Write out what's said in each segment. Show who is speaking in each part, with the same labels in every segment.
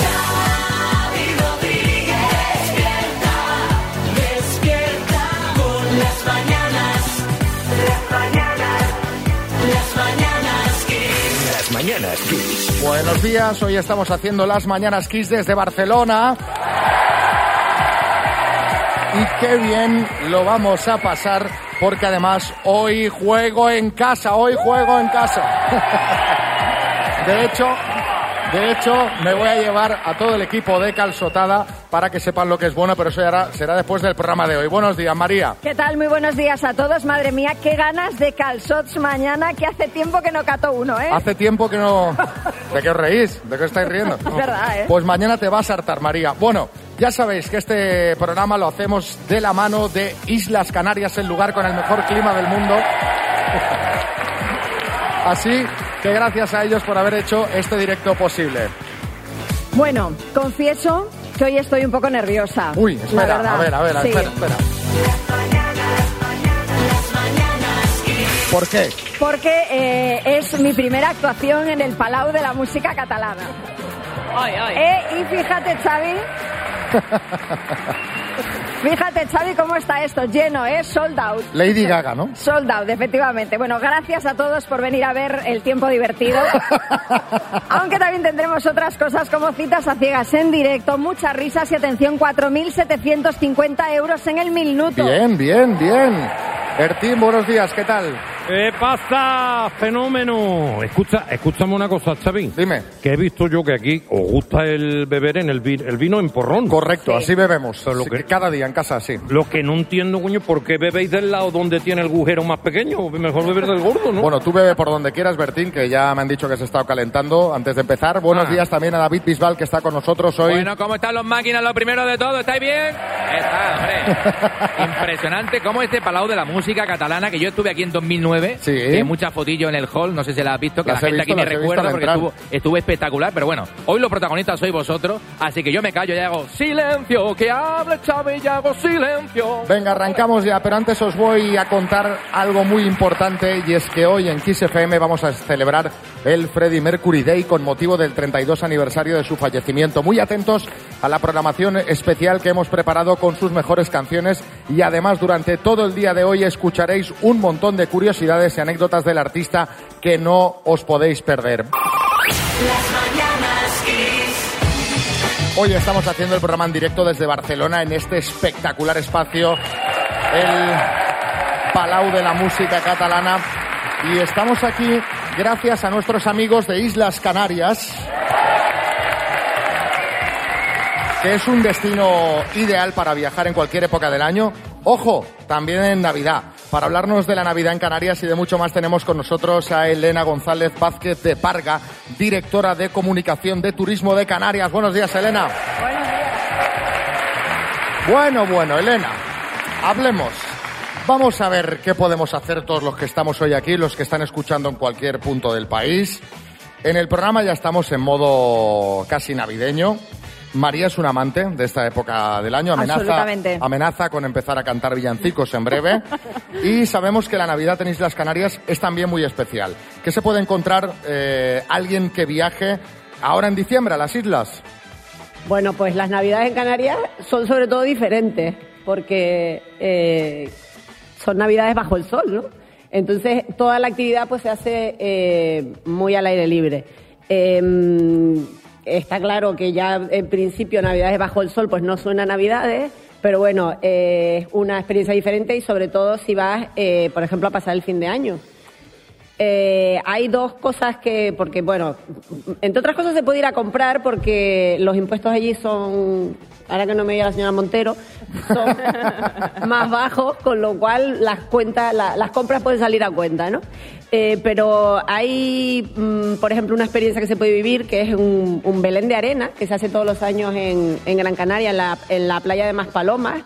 Speaker 1: Xavi Rodríguez, despierta, despierta con las mañanas, las mañanas, las mañanas Kiss.
Speaker 2: Las mañanas Kiss.
Speaker 3: Buenos días, hoy estamos haciendo las Mañanas Kiss desde Barcelona. Y qué bien lo vamos a pasar porque además hoy juego en casa, hoy juego en casa. De hecho, de hecho, me voy a llevar a todo el equipo de calzotada para que sepan lo que es bueno, pero eso ya hará- será después del programa de hoy. Buenos días, María.
Speaker 4: ¿Qué tal? Muy buenos días a todos. Madre mía, qué ganas de calzots mañana, que hace tiempo que no cato uno, ¿eh?
Speaker 3: Hace tiempo que no... ¿De qué os reís? ¿De qué os estáis riendo?
Speaker 4: Es verdad, ¿eh?
Speaker 3: Pues mañana te vas a hartar, María. Bueno, ya sabéis que este programa lo hacemos de la mano de Islas Canarias, el lugar con el mejor clima del mundo. Así que gracias a ellos por haber hecho este directo posible.
Speaker 4: Bueno, confieso que hoy estoy un poco nerviosa.
Speaker 3: Uy,
Speaker 4: la
Speaker 3: espera,
Speaker 4: verdad.
Speaker 3: a ver, a ver,
Speaker 4: Sí.
Speaker 3: espera, espera. ¿Por qué?
Speaker 4: Porque eh, es mi primera actuación en el Palau de la Música Catalana. Eh, y fíjate, Xavi. Fíjate, Xavi, cómo está esto. Lleno, ¿eh? Sold out.
Speaker 3: Lady Gaga, ¿no?
Speaker 4: Sold out, efectivamente. Bueno, gracias a todos por venir a ver el tiempo divertido. Aunque también tendremos otras cosas como citas a ciegas en directo, muchas risas y atención, 4.750 euros en el minuto.
Speaker 3: Bien, bien, bien. Ertín, buenos días, ¿qué tal?
Speaker 5: ¿Qué pasa, fenómeno? Escucha, escúchame una cosa, Xavi.
Speaker 3: Dime.
Speaker 5: Que he visto yo que aquí os gusta el beber en el, vi- el vino en porrón.
Speaker 3: Correcto,
Speaker 4: Sí.
Speaker 3: así bebemos.
Speaker 5: Pero lo
Speaker 3: Sí,
Speaker 5: que-
Speaker 3: Cada día en casa, sí.
Speaker 5: Lo que no entiendo, coño, ¿por qué bebéis del lado donde tiene el agujero más pequeño? Mejor beber del gordo, ¿no?
Speaker 3: Bueno, tú bebe por donde quieras, Bertín, que ya me han dicho que se está calentando antes de empezar. Buenos
Speaker 5: Ah.
Speaker 3: días también a David Bisbal, que está con nosotros hoy.
Speaker 6: Bueno, ¿cómo están los máquinas? Lo primero de todo, ¿estáis bien? Está, hombre. Impresionante cómo este palau de la música catalana, que yo estuve aquí en 2009,
Speaker 3: Sí.
Speaker 6: que hay muchas fotillos en el hall, no sé si las has visto, que
Speaker 3: Las
Speaker 6: la
Speaker 3: he
Speaker 6: gente
Speaker 3: visto,
Speaker 6: aquí me
Speaker 3: las he visto
Speaker 6: recuerda
Speaker 3: al
Speaker 6: porque
Speaker 3: entrar.
Speaker 6: estuvo, estuvo espectacular, pero bueno, hoy los protagonistas sois vosotros, así que yo me callo y hago silencio, que hable Chávez y hago silencio.
Speaker 3: Venga, arrancamos ya, pero antes os voy a contar algo muy importante y es que hoy en Kiss FM vamos a celebrar el Freddie Mercury Day con motivo del 32 aniversario de su fallecimiento. Muy atentos a la programación especial que hemos preparado con sus mejores canciones y además durante todo el día de hoy escucharéis un montón de curiosidades y anécdotas del artista que no os podéis perder.
Speaker 1: Las mañanas Kiss.
Speaker 3: Hoy estamos haciendo el programa en directo desde Barcelona en este espectacular espacio, el Palau de la Música Catalana. Y estamos aquí gracias a nuestros amigos de Islas Canarias, que es un destino ideal para viajar en cualquier época del año. Ojo, también en Navidad. Para hablarnos de la Navidad en Canarias y de mucho más tenemos con nosotros a Elena González Vázquez de Parga, directora de Comunicación de Turismo de Canarias. Buenos días, Elena. Bueno, bueno, Elena, hablemos. Vamos a ver qué podemos hacer todos los que estamos hoy aquí, los que están escuchando en cualquier punto del país. En el programa ya estamos en modo casi navideño. María es un amante de esta época del año, amenaza,
Speaker 4: Absolutamente.
Speaker 3: amenaza con empezar a cantar villancicos en breve. y sabemos que la Navidad en Islas Canarias es también muy especial. ¿Qué se puede encontrar eh, alguien que viaje ahora en diciembre a las islas?
Speaker 7: Bueno, pues las navidades en Canarias son sobre todo diferentes, porque eh, son navidades bajo el sol, ¿no? Entonces, toda la actividad pues se hace eh, muy al aire libre. Eh, está claro que ya en principio navidades bajo el sol pues no suena a navidades, pero bueno, eh, es una experiencia diferente y sobre todo si vas, eh, por ejemplo, a pasar el fin de año. Eh, hay dos cosas que, porque bueno, entre otras cosas se puede ir a comprar porque los impuestos allí son, ahora que no me diga la señora Montero, son más bajos, con lo cual las cuentas, la- las compras pueden salir a cuenta, ¿no? Eh, pero hay, mm, por ejemplo, una experiencia que se puede vivir que es un, un Belén de arena que se hace todos los años en, en Gran Canaria, en la, en la playa de Maspalomas.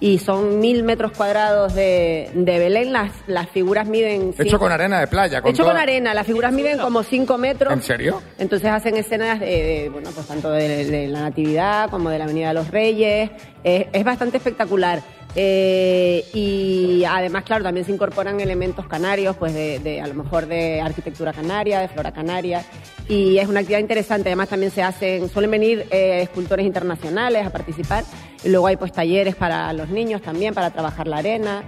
Speaker 7: Y son mil metros cuadrados de, de Belén, las, las figuras miden...
Speaker 3: Hecho
Speaker 7: cinco-
Speaker 3: con arena de playa. Con
Speaker 7: Hecho
Speaker 3: toda-
Speaker 7: con arena, las figuras miden como 5 metros.
Speaker 3: ¿En serio?
Speaker 7: Entonces hacen escenas, eh, de, bueno, pues tanto de, de la Natividad como de la Avenida de los Reyes. Es, es bastante espectacular. Eh, y además, claro, también se incorporan elementos canarios, pues de, de, a lo mejor de arquitectura canaria, de flora canaria. Y es una actividad interesante. Además, también se hacen, suelen venir eh, escultores internacionales a participar. Y luego hay pues talleres para los niños también, para trabajar la arena.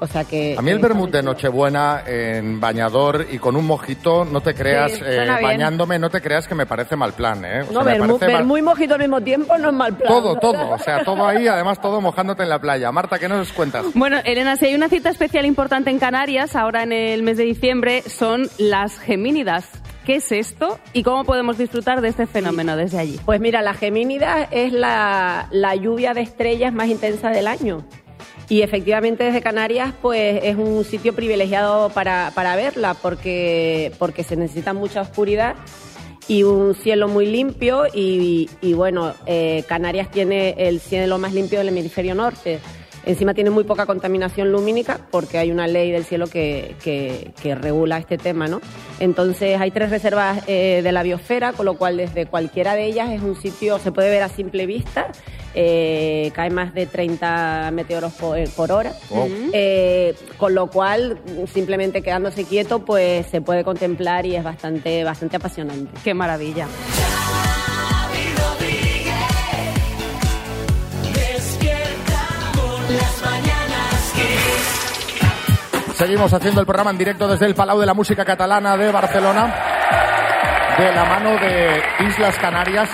Speaker 7: O sea que.
Speaker 3: A mí el
Speaker 7: que
Speaker 3: vermut de
Speaker 7: está muy chulo.
Speaker 3: Nochebuena en bañador y con un mojito, no te creas,
Speaker 7: Sí,
Speaker 3: eh,
Speaker 7: suena bien.
Speaker 3: bañándome, no te creas que me parece mal plan, ¿eh? O sea,
Speaker 7: No,
Speaker 3: me
Speaker 7: ver,
Speaker 3: parece mal-
Speaker 7: muy mojito al mismo tiempo no es mal plan.
Speaker 3: Todo, todo, o sea, todo ahí, además todo mojándote en la playa. Marta, ¿qué nos cuentas?
Speaker 8: Bueno, Elena, si hay una cita especial importante en Canarias, ahora en el mes de diciembre, son las gemínidas. ¿Qué es esto y cómo podemos disfrutar de este fenómeno desde allí?
Speaker 7: Pues mira, la Gemínida es la, la lluvia de estrellas más intensa del año. Y efectivamente desde Canarias pues es un sitio privilegiado para, para verla porque, porque se necesita mucha oscuridad y un cielo muy limpio y, y bueno, eh, Canarias tiene el cielo más limpio del hemisferio norte. Encima tiene muy poca contaminación lumínica porque hay una ley del cielo que, que- que regula este tema, ¿no? Entonces hay tres reservas eh, de la biosfera, con lo cual desde cualquiera de ellas es un sitio, se puede ver a simple vista, eh, cae más de 30 meteoros por, por hora,
Speaker 3: Wow.
Speaker 7: Eh, con lo cual simplemente quedándose quieto pues se puede contemplar y es bastante, bastante apasionante.
Speaker 8: Qué maravilla.
Speaker 1: Despierta con las mañanas Kiss.
Speaker 3: Seguimos haciendo el programa en directo desde el Palau de la Música Catalana de Barcelona, de la mano de Islas Canarias,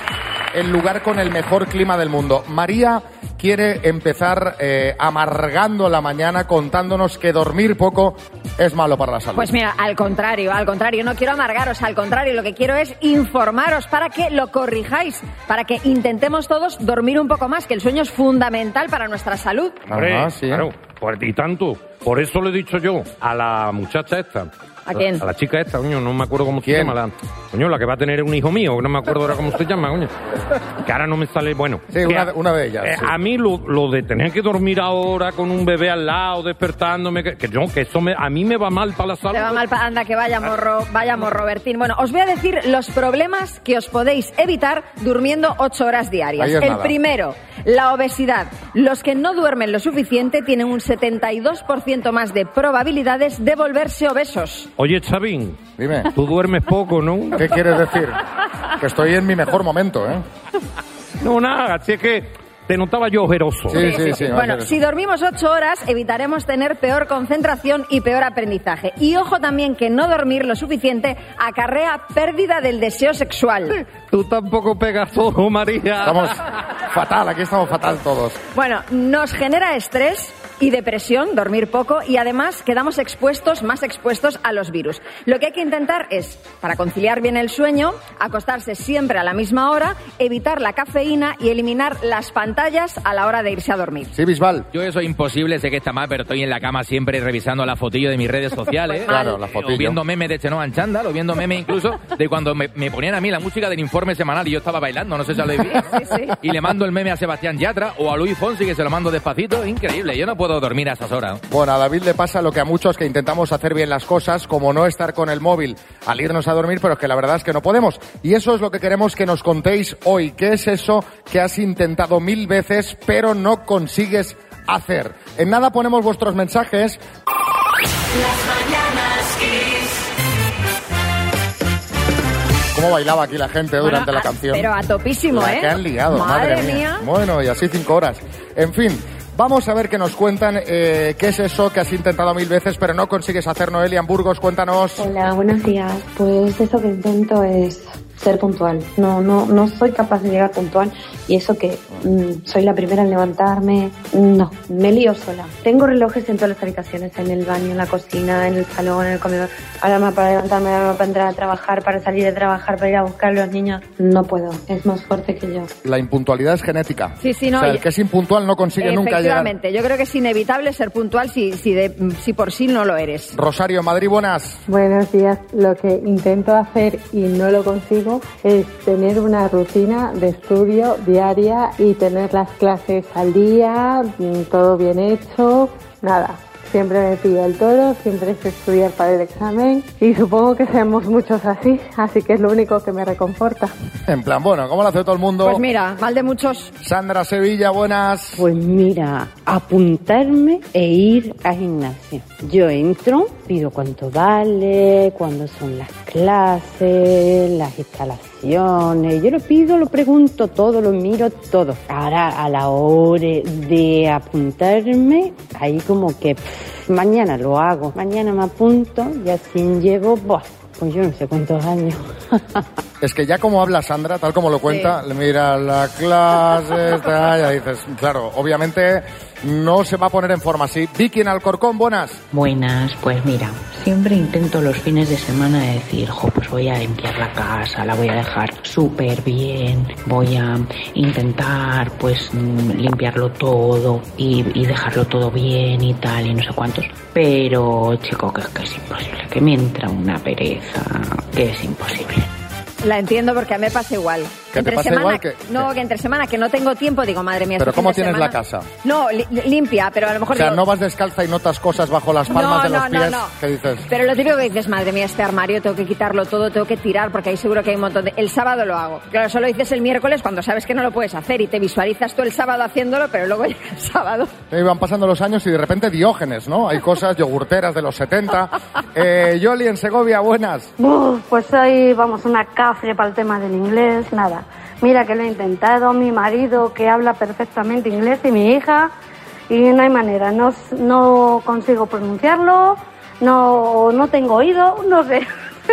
Speaker 3: el lugar con el mejor clima del mundo. María quiere empezar eh, amargando la mañana contándonos que dormir poco es malo para la salud.
Speaker 4: Pues mira, al contrario, al contrario, no quiero amargaros, al contrario, lo que quiero es informaros para que lo corrijáis, para que intentemos todos dormir un poco más, que el sueño es fundamental para nuestra salud.
Speaker 9: Hombre,
Speaker 3: Ajá, sí.
Speaker 9: claro, por- y tanto. Por eso le he dicho yo a la muchacha esta.
Speaker 4: ¿A quién?
Speaker 9: A la chica esta, coño, no me acuerdo cómo
Speaker 3: ¿Quién?
Speaker 9: se llama. La, coño, la que va a tener un hijo mío, que no me acuerdo ahora cómo se llama, coño. Que ahora no me sale, bueno.
Speaker 3: Sí,
Speaker 9: que
Speaker 3: una
Speaker 9: a-
Speaker 3: de- una de ellas,
Speaker 9: eh,
Speaker 3: sí.
Speaker 9: A mí lo, lo de tener que dormir ahora con un bebé al lado, despertándome, que, que yo, que eso me- a mí me va mal para la salud.
Speaker 4: Te va mal, pa- anda que vaya morro, vaya morro, Bertín. Bueno, os voy a decir los problemas que os podéis evitar durmiendo ocho horas diarias.
Speaker 3: Ahí es
Speaker 4: El
Speaker 3: nada.
Speaker 4: primero, la obesidad. Los que no duermen lo suficiente tienen un 72% más de probabilidades de volverse obesos.
Speaker 9: Oye, Chavín,
Speaker 3: Dime,
Speaker 9: tú duermes poco, ¿no?
Speaker 3: ¿qué quieres decir? Que estoy en mi mejor momento, ¿eh?
Speaker 9: No, nada, así es que te notaba yo ojeroso.
Speaker 3: Sí, sí, sí. va a
Speaker 4: Bueno,
Speaker 3: ser
Speaker 4: si
Speaker 3: eso.
Speaker 4: dormimos ocho horas, evitaremos tener peor concentración y peor aprendizaje. Y ojo también que no dormir lo suficiente acarrea pérdida del deseo sexual.
Speaker 9: Tú tampoco pegas todo, María.
Speaker 3: Estamos fatal, aquí estamos fatal todos.
Speaker 4: Bueno, nos genera estrés y depresión dormir poco y además quedamos expuestos, más expuestos a los virus. Lo que hay que intentar es, para conciliar bien el sueño, acostarse siempre a la misma hora, evitar la cafeína y eliminar las pantallas a la hora de irse a dormir.
Speaker 3: Sí, Bisbal.
Speaker 6: Yo eso es imposible, sé que está mal, pero estoy en la cama siempre revisando las fotillos de mis redes sociales.
Speaker 3: Claro,
Speaker 6: Eh,
Speaker 3: las fotillos.
Speaker 6: O viendo memes de Chenoa Chándal, o viendo memes incluso de cuando me, me ponían a mí la música del informe semanal y yo estaba bailando, no sé si lo habéis visto.
Speaker 4: Sí, sí.
Speaker 6: Y le mando el meme a Sebastián Yatra o a Luis Fonsi que se lo mando despacito, es increíble, yo no puedo dormir a esas horas.
Speaker 3: Bueno, a David le pasa lo que a muchos que intentamos hacer bien las cosas, como no estar con el móvil al irnos a dormir, pero es que la verdad es que no podemos. Y eso es lo que queremos que nos contéis hoy. ¿Qué es eso que has intentado mil veces, pero no consigues hacer? En nada ponemos vuestros mensajes.
Speaker 1: Las mañanas Kiss.
Speaker 3: ¿Cómo bailaba aquí la gente durante
Speaker 4: Bueno,
Speaker 3: la
Speaker 4: a-
Speaker 3: canción?
Speaker 4: Pero a topísimo,
Speaker 3: La
Speaker 4: ¿eh?
Speaker 3: que han liado, madre,
Speaker 4: madre,
Speaker 3: mía.
Speaker 4: mía.
Speaker 3: Bueno, y así cinco horas. En fin, vamos a ver qué nos cuentan. eh, ¿Qué es eso que has intentado mil veces pero no consigues hacer, Noelia en Burgos? Cuéntanos.
Speaker 10: Hola, buenos días. Pues eso que intento es ser puntual. No, no, no soy capaz de llegar puntual y eso que mm, soy la primera en levantarme, no, me lío sola. Tengo relojes en todas las habitaciones, en el baño, en la cocina, en el salón, en el comedor. Alarma para levantarme, alarma para entrar a trabajar, para salir de trabajar, para ir a buscar a los niños. No puedo, es más fuerte que yo.
Speaker 3: La impuntualidad es genética.
Speaker 4: Sí, sí, no,
Speaker 3: O sea,
Speaker 4: y-
Speaker 3: el que es impuntual no consigue nunca llegar.
Speaker 4: Efectivamente, yo creo que es inevitable ser puntual si, si, de- si por sí no lo eres.
Speaker 3: Rosario, Madrid, buenas.
Speaker 11: Buenos días. Lo que intento hacer y no lo consigo es tener una rutina de estudio diaria y tener las clases al día, mm, todo bien hecho, nada.
Speaker 12: Siempre me pilla el toro, siempre es estudiar para el examen y supongo que seamos muchos así, así que es lo único que me reconforta.
Speaker 3: En plan, bueno, ¿cómo lo hace todo el mundo?
Speaker 4: Pues mira, mal de muchos.
Speaker 3: Sandra Sevilla, buenas.
Speaker 13: Pues mira, apuntarme e ir a gimnasio. Yo entro, pido cuánto vale, cuándo son las clases, las instalaciones. Yo lo pido, lo pregunto todo, lo miro todo. Ahora, a la hora de apuntarme, ahí como que pff, mañana lo hago. Mañana me apunto y así llevo, buah, pues yo no sé cuántos años.
Speaker 3: Es que ya como habla Sandra, tal como lo cuenta, le mira la clase, está, ya dices, claro, obviamente no se va a poner en forma así. Vicky en Alcorcón, buenas.
Speaker 14: Buenas, pues mira, siempre intento los fines de semana decir, jo, pues voy a limpiar la casa, la voy a dejar súper bien, voy a intentar pues mm, limpiarlo todo y, y dejarlo todo bien y tal y no sé cuántos. Pero chico, que es que es imposible, que me entra una pereza, que es imposible.
Speaker 4: La entiendo porque a mí me pasa igual.
Speaker 3: ¿Que te pasa
Speaker 4: semana,
Speaker 3: igual que-
Speaker 4: no, que entre semana que no tengo tiempo digo, madre mía.
Speaker 3: Pero
Speaker 4: este fin
Speaker 3: ¿cómo
Speaker 4: de
Speaker 3: tienes
Speaker 4: semana-
Speaker 3: la casa?
Speaker 4: No, li- limpia, pero a lo
Speaker 3: O
Speaker 4: mejor
Speaker 3: sea,
Speaker 4: digo-
Speaker 3: no vas descalza y notas cosas bajo las palmas
Speaker 4: No,
Speaker 3: de los
Speaker 4: no, no,
Speaker 3: pies
Speaker 4: no.
Speaker 3: que dices.
Speaker 4: Pero lo típico que dices, madre mía, este armario tengo que quitarlo todo, tengo que tirar porque ahí seguro que hay un montón de... El sábado lo hago. Claro, solo dices el miércoles cuando sabes que no lo puedes hacer y te visualizas tú el sábado haciéndolo, pero luego llega el sábado.
Speaker 3: Eh, Iban pasando los años y de repente diógenes, ¿no? Hay cosas yogurteras de los 70. Eh, Yoli en Segovia, buenas.
Speaker 15: Buf, pues soy, vamos, una cafre para el tema del inglés, nada. Mira que lo he intentado, mi marido que habla perfectamente inglés y mi hija, y no hay manera, no, s- no consigo pronunciarlo, no, no tengo oído, no sé.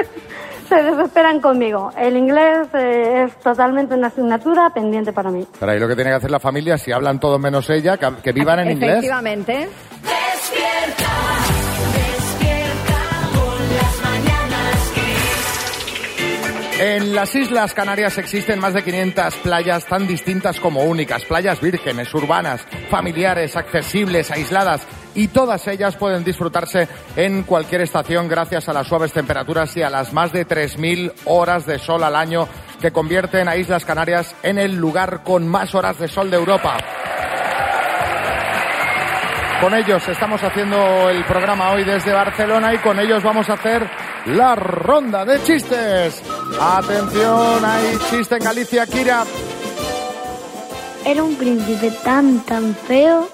Speaker 15: Se desesperan conmigo. El inglés eh, es totalmente una asignatura pendiente para mí.
Speaker 3: Pero ahí lo que tiene que hacer la familia, si hablan todos menos ella, que, que vivan en inglés.
Speaker 4: Efectivamente.
Speaker 1: Despierta, despierta con las mañanas Kiss.
Speaker 3: En las Islas Canarias existen más de 500 playas tan distintas como únicas, playas vírgenes, urbanas, familiares, accesibles, aisladas, y todas ellas pueden disfrutarse en cualquier estación gracias a las suaves temperaturas y a las más de 3.000 horas de sol al año que convierten a Islas Canarias en el lugar con más horas de sol de Europa. Con ellos estamos haciendo el programa hoy desde Barcelona y con ellos vamos a hacer la ronda de chistes. Atención, hay chiste en Galicia, Kira.
Speaker 16: Era un príncipe tan, tan feo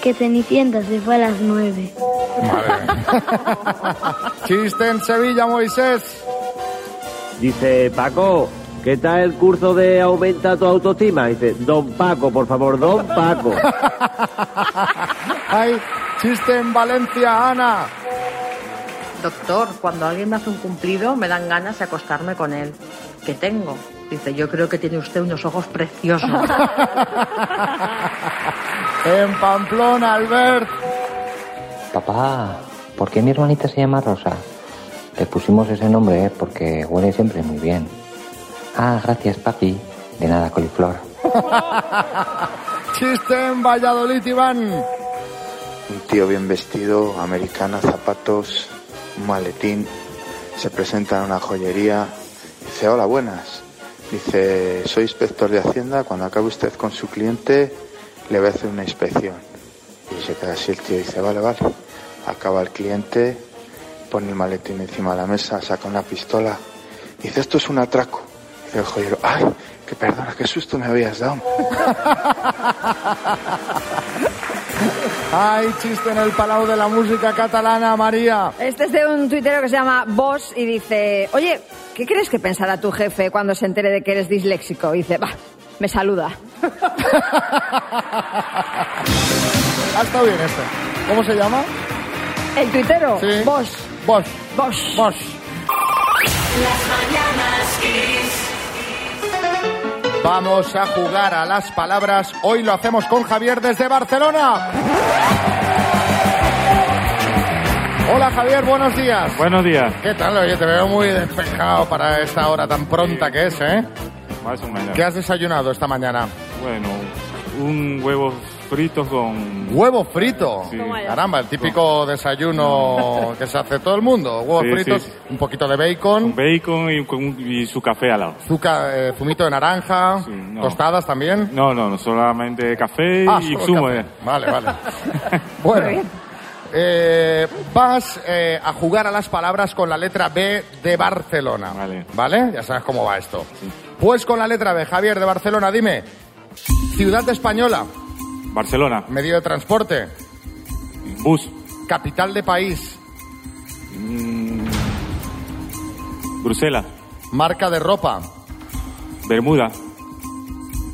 Speaker 16: que Cenicienta se fue a las nueve.
Speaker 3: Chiste en Sevilla, Moisés.
Speaker 17: Dice, Paco, ¿qué tal el curso de aumenta tu autoestima? Dice, don Paco, por favor, don Paco.
Speaker 3: Hay chiste en Valencia, Ana.
Speaker 18: Doctor, cuando alguien me hace un cumplido, me dan ganas de acostarme con él. ¿Qué tengo? Dice, yo creo que tiene usted unos ojos preciosos.
Speaker 3: En Pamplona, Albert.
Speaker 10: Papá, ¿por qué mi hermanita se llama Rosa? Le pusimos ese nombre porque huele siempre muy bien. Ah, gracias, papi. De nada, coliflor.
Speaker 3: Chiste en Valladolid, Iván.
Speaker 19: Un tío bien vestido, americana, zapatos, un maletín. Se presenta en una joyería. Dice, hola, buenas. Dice, soy inspector de Hacienda. Cuando acabe usted con su cliente, le voy a hacer una inspección. Y se queda así el tío. Dice, vale, vale. Acaba el cliente, pone el maletín encima de la mesa, saca una pistola. Dice, esto es un atraco. Dice el joyero, ay, que perdona, qué susto me habías dado.
Speaker 3: Hay chiste en el Palau de la Música Catalana, María.
Speaker 4: Este es de un tuitero que se llama Boss y dice, oye, ¿qué crees que pensará tu jefe cuando se entere de que eres disléxico? Y dice, va, me saluda.
Speaker 3: Ha estado bien este. ¿Cómo se llama?
Speaker 4: El tuitero, Boss.
Speaker 3: Bosch.
Speaker 4: Bosch.
Speaker 1: Las mañanas Kiss.
Speaker 3: Vamos a jugar a las palabras. Hoy lo hacemos con Javier desde Barcelona. Hola Javier, buenos días.
Speaker 20: Buenos días.
Speaker 3: ¿Qué tal? Oye, te veo muy despejado para esta hora tan pronta que es, ¿eh?
Speaker 20: Más o menos.
Speaker 3: ¿Qué has desayunado esta mañana?
Speaker 20: Bueno, un huevo frito con...
Speaker 3: Huevo frito.
Speaker 20: Sí.
Speaker 3: Caramba, el típico desayuno que se hace todo el mundo. Huevos
Speaker 20: Sí,
Speaker 3: fritos,
Speaker 20: sí, sí.
Speaker 3: Oh, un poquito de bacon,
Speaker 20: Bacon y, con un- y su café al lado.
Speaker 3: azúcar, eh, zumito de naranja, tostadas también.
Speaker 20: No, no, no, solamente café
Speaker 3: Ah,
Speaker 20: y eh.
Speaker 3: solo
Speaker 20: zumo.
Speaker 3: café.
Speaker 20: eh.
Speaker 3: Vale, vale. Bueno, Eh, vas eh, a jugar a las palabras con la letra B de Barcelona. Vale. Ya sabes cómo va esto. Pues con la letra B, Javier de Barcelona, dime. Ciudad española.
Speaker 20: Barcelona,
Speaker 3: Medio de transporte.
Speaker 20: bus,
Speaker 3: Capital de país.
Speaker 20: Mm. Bruselas,
Speaker 3: Marca de ropa.
Speaker 20: Bermuda,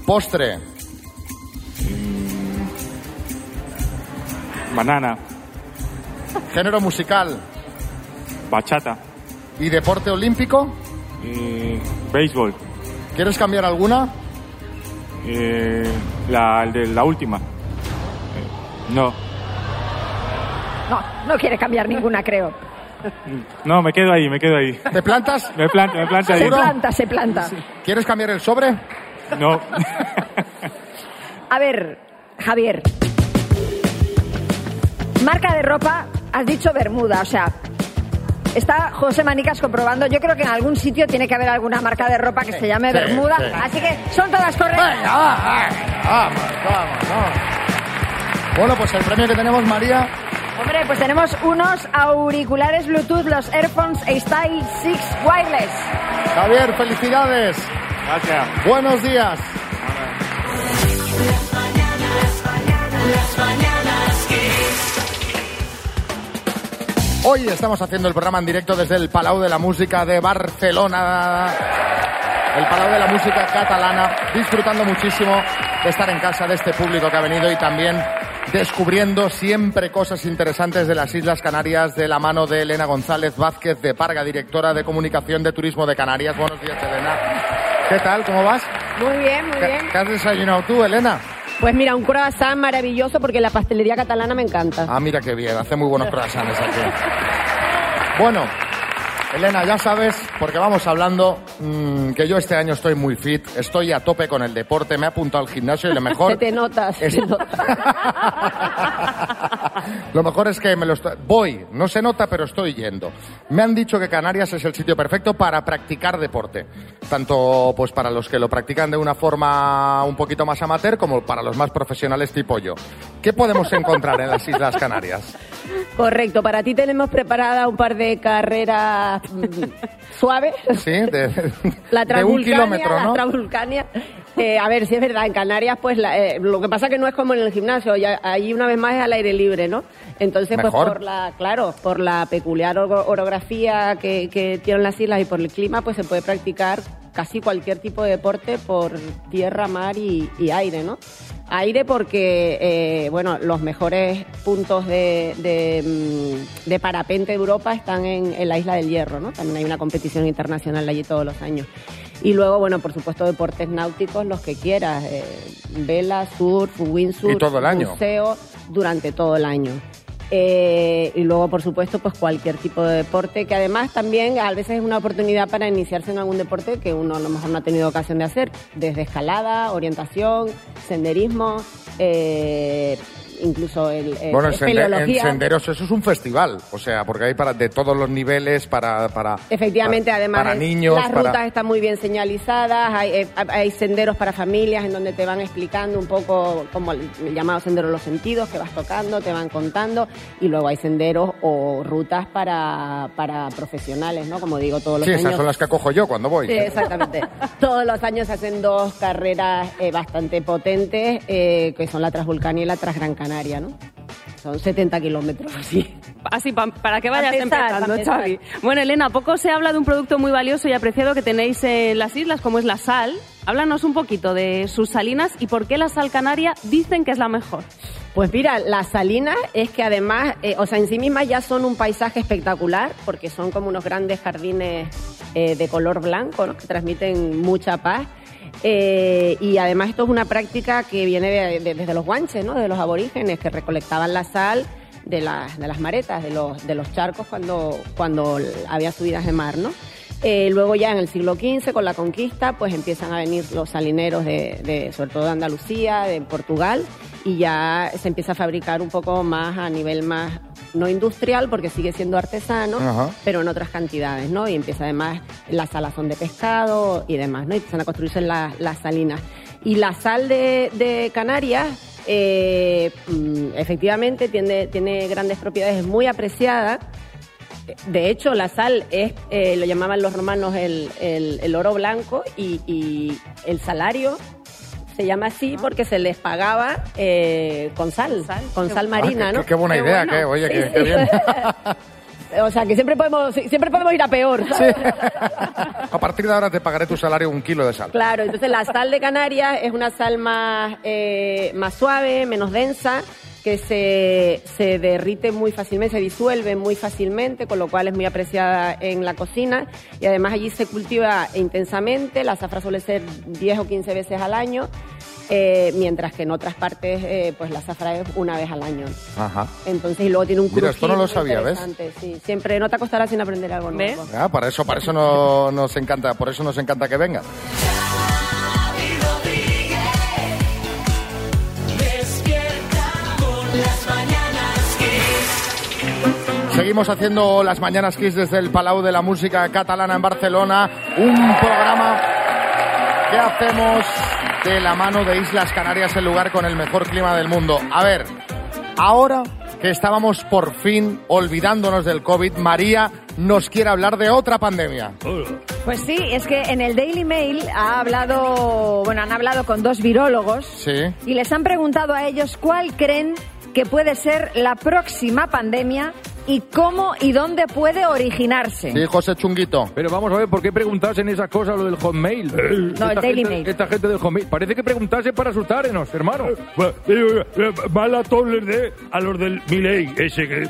Speaker 3: Postre.
Speaker 20: banana,
Speaker 3: Género musical.
Speaker 20: bachata,
Speaker 3: ¿Y deporte olímpico?
Speaker 20: eh, béisbol,
Speaker 3: ¿Quieres cambiar alguna?
Speaker 20: eh, la, el de- la última. Eh, no,
Speaker 4: No, no quiere cambiar ninguna, creo.
Speaker 20: no, me quedo ahí, me quedo ahí.
Speaker 3: ¿Te plantas?
Speaker 20: Me planto, me planto ahí.
Speaker 4: Se planta, se planta.
Speaker 3: ¿Quieres cambiar el sobre?
Speaker 20: No,
Speaker 4: A ver, Javier. Marca de ropa, has dicho Bermuda, o sea. Está José Manicas comprobando. Yo creo que en algún sitio tiene que haber alguna marca de ropa que se llame
Speaker 1: sí,
Speaker 4: Bermuda.
Speaker 1: sí.
Speaker 4: Así que son todas correctas.
Speaker 3: Vamos, vamos, vamos. Bueno, pues el premio que tenemos, María,
Speaker 4: Hombre, pues tenemos unos auriculares Bluetooth, los Airphones Style 6 Wireless.
Speaker 3: Javier, felicidades.
Speaker 20: Gracias.
Speaker 3: Buenos días.
Speaker 1: Las mañanas Kiss.
Speaker 3: Hoy estamos haciendo el programa en directo desde el Palau de la Música de Barcelona. El Palau de la Música catalana, disfrutando muchísimo de estar en casa de este público que ha venido y también descubriendo siempre cosas interesantes de las Islas Canarias de la mano de Elena González Vázquez de Parga, directora de Comunicación de Turismo de Canarias. Buenos días, Elena. ¿Qué tal? ¿Cómo vas?
Speaker 7: Muy bien, muy
Speaker 3: ¿Qué,
Speaker 7: bien.
Speaker 3: qué has desayunado tú, Elena?
Speaker 7: Pues mira, un croissant maravilloso porque la pastelería catalana me encanta.
Speaker 3: Ah, mira qué bien, hace muy buenos croissants aquí. Bueno, Elena, ya sabes, porque vamos hablando, mm, que yo este año estoy muy fit, estoy a tope con el deporte, me he apuntado al gimnasio y lo
Speaker 7: Se
Speaker 3: mejor,
Speaker 7: te notas.
Speaker 3: Es- lo mejor es que me lo estoy- voy, no se nota, pero estoy yendo. Me han dicho que Canarias es el sitio perfecto para practicar deporte, tanto pues para los que lo practican de una forma un poquito más amateur como para los más profesionales tipo yo. ¿Qué podemos encontrar en las Islas Canarias?
Speaker 7: Correcto, para ti tenemos preparada un par de carreras mm, suaves.
Speaker 3: Sí, de,
Speaker 7: La
Speaker 3: de un
Speaker 7: Transvulcania,
Speaker 3: kilómetro,
Speaker 7: La
Speaker 3: ¿no?
Speaker 7: Transvulcania. Eh, a ver, si es verdad, en Canarias, pues la- eh, lo que pasa que no es como en el gimnasio, ya- ahí una vez más es al aire libre, ¿no? Entonces,
Speaker 3: Mejor.
Speaker 7: pues por la, claro, por la peculiar oro- orografía que, que tienen las islas y por el clima, pues se puede practicar casi cualquier tipo de deporte por tierra, mar y, y aire, ¿no? Aire porque, eh, bueno, los mejores puntos de, de, mm, de parapente de Europa están en, en la Isla del Hierro, ¿no? También hay una competición internacional allí todos los años. Y luego, bueno, por supuesto, deportes náuticos, los que quieras. eh, vela, surf, windsurf.
Speaker 3: Y todo el año.
Speaker 7: buceo, durante todo el año. Eh, y luego, por supuesto, pues cualquier tipo de deporte, que además también a veces es una oportunidad para iniciarse en algún deporte que uno a lo mejor no ha tenido ocasión de hacer, desde escalada, orientación, senderismo, eh, incluso el, eh,
Speaker 3: Bueno, en, sende- en
Speaker 7: espeleología.
Speaker 3: senderos eso es un festival, o sea, porque hay para de todos los niveles, para para
Speaker 7: Efectivamente,
Speaker 3: para-
Speaker 7: además
Speaker 3: para
Speaker 7: es-
Speaker 3: niños,
Speaker 7: las
Speaker 3: para-
Speaker 7: rutas están muy bien señalizadas, hay, eh, hay senderos para familias en donde te van explicando un poco como el el llamado sendero de los sentidos, que vas tocando, te van contando, y luego hay senderos o rutas para, para profesionales, ¿no? Como digo, todos los
Speaker 3: sí,
Speaker 7: años.
Speaker 3: esas son las que acojo yo cuando voy.
Speaker 7: Sí, exactamente. Todos los años se hacen dos carreras eh, bastante potentes, eh, que son la Transvulcania y la Transgran Canaria, ¿no? Son 70 kilómetros, así.
Speaker 2: Así, Ah, pa- para que vayas
Speaker 7: empezar, pa'
Speaker 2: empezando,
Speaker 7: empezar.
Speaker 2: Xavi. Bueno, Elena, poco se habla de un producto muy valioso y apreciado que tenéis en las islas, como es la sal. Háblanos un poquito de sus salinas y por qué la sal canaria dicen que es la mejor.
Speaker 7: Pues mira, las salinas es que además, eh, o sea, en sí mismas ya son un paisaje espectacular porque son como unos grandes jardines eh, de color blanco ¿no? que transmiten mucha paz. Eh, y además esto es una práctica que viene de- de- desde los guanches, ¿no? de los aborígenes que recolectaban la sal de las, de las maretas, de los, de los charcos cuando, cuando había subidas de mar. ¿no? Eh, luego ya en el siglo XV, con la conquista, pues empiezan a venir los salineros, de, de- sobre todo de Andalucía, de Portugal, y ya se empieza a fabricar un poco más a nivel más, no industrial, porque sigue siendo artesano,
Speaker 1: Ajá.
Speaker 7: pero en otras cantidades, ¿no? Y empieza además la salazón de pescado y demás, ¿no? Y empiezan a construirse las, las salinas. Y la sal de, de Canarias eh, mm, efectivamente tiene, tiene grandes propiedades, es muy apreciada. De hecho, la sal es, eh, lo llamaban los romanos el, el- el oro blanco y, y el salario se llama así porque se les pagaba eh, con sal, con sal marina,
Speaker 3: Ah, qué-
Speaker 7: ¿no?
Speaker 3: Qué, qué buena idea, que, oye,
Speaker 7: Sí,
Speaker 3: que,
Speaker 7: sí.
Speaker 3: que bien.
Speaker 7: O sea, que siempre podemos, siempre podemos ir a peor. ¿sabes?
Speaker 3: A partir de ahora te pagaré tu salario un kilo de sal.
Speaker 7: Claro, entonces la sal de Canarias es una sal más, eh, más suave, menos densa, que se, se derrite muy fácilmente, se disuelve muy fácilmente, con lo cual es muy apreciada en la cocina. Y además allí se cultiva intensamente, la zafra suele ser 10 o 15 veces al año, eh, mientras que en otras partes eh, pues la zafra es una vez al año.
Speaker 3: Ajá.
Speaker 7: Entonces, y luego tiene un
Speaker 3: Mira, esto no lo
Speaker 7: crujido muy
Speaker 3: sabía, ¿ves?
Speaker 7: interesante, Sí. Siempre no te acostarás sin aprender algo nuevo.
Speaker 3: Ah, para eso, para eso no- nos encanta, por eso nos encanta que venga.
Speaker 1: Despierta con las mañanas Kiss.
Speaker 3: Seguimos haciendo las mañanas Kiss desde el Palau de la Música Catalana en Barcelona, un programa que hacemos de la mano de Islas Canarias, el lugar con el mejor clima del mundo. A ver, ahora que estábamos por fin olvidándonos del COVID, María nos quiere hablar de otra pandemia.
Speaker 4: Pues sí, es que en el Daily Mail ha hablado, bueno, han hablado con dos virólogos
Speaker 3: Sí.
Speaker 4: y les han preguntado a ellos cuál creen que puede ser la próxima pandemia y cómo y dónde puede originarse.
Speaker 3: Sí, José Chunguito.
Speaker 21: Pero vamos a ver, ¿por qué preguntas en esas cosas lo del hotmail?
Speaker 4: No, el Daily
Speaker 21: gente,
Speaker 4: Mail.
Speaker 21: Esta gente del hotmail. Parece que preguntase para asustarnos, hermano.
Speaker 9: Eh,
Speaker 21: Mala les de a los del Miley, ese que,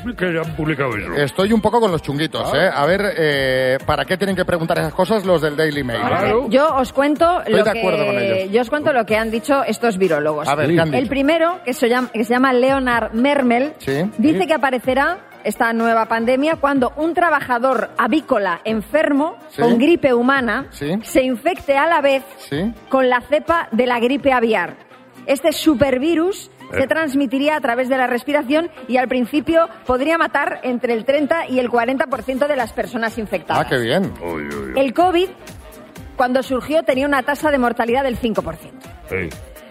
Speaker 21: han publicado eso.
Speaker 3: Estoy un poco con los
Speaker 9: Ah.
Speaker 3: chunguitos, ¿eh? A ver, eh, ¿para qué tienen que preguntar esas cosas los del Daily Mail?
Speaker 4: Yo os cuento
Speaker 3: Estoy
Speaker 4: lo
Speaker 3: de acuerdo con
Speaker 4: que
Speaker 3: ellos.
Speaker 4: yo os cuento lo que han dicho estos virólogos.
Speaker 3: A ver, ¿qué han
Speaker 4: El
Speaker 3: dicho?
Speaker 4: primero, que se llama, que se llama Leonard Mermel,
Speaker 3: Sí.
Speaker 4: dice que aparecerá esta nueva pandemia cuando un trabajador avícola enfermo
Speaker 3: Sí.
Speaker 4: con gripe humana
Speaker 3: Sí.
Speaker 4: se infecte a la vez
Speaker 3: Sí.
Speaker 4: con la cepa de la gripe aviar. Este supervirus se transmitiría a través de la respiración y al principio podría matar entre el 30 y el 40% de las personas infectadas.
Speaker 3: Ah, qué bien.
Speaker 4: El COVID, cuando surgió, tenía una tasa de mortalidad del 5%.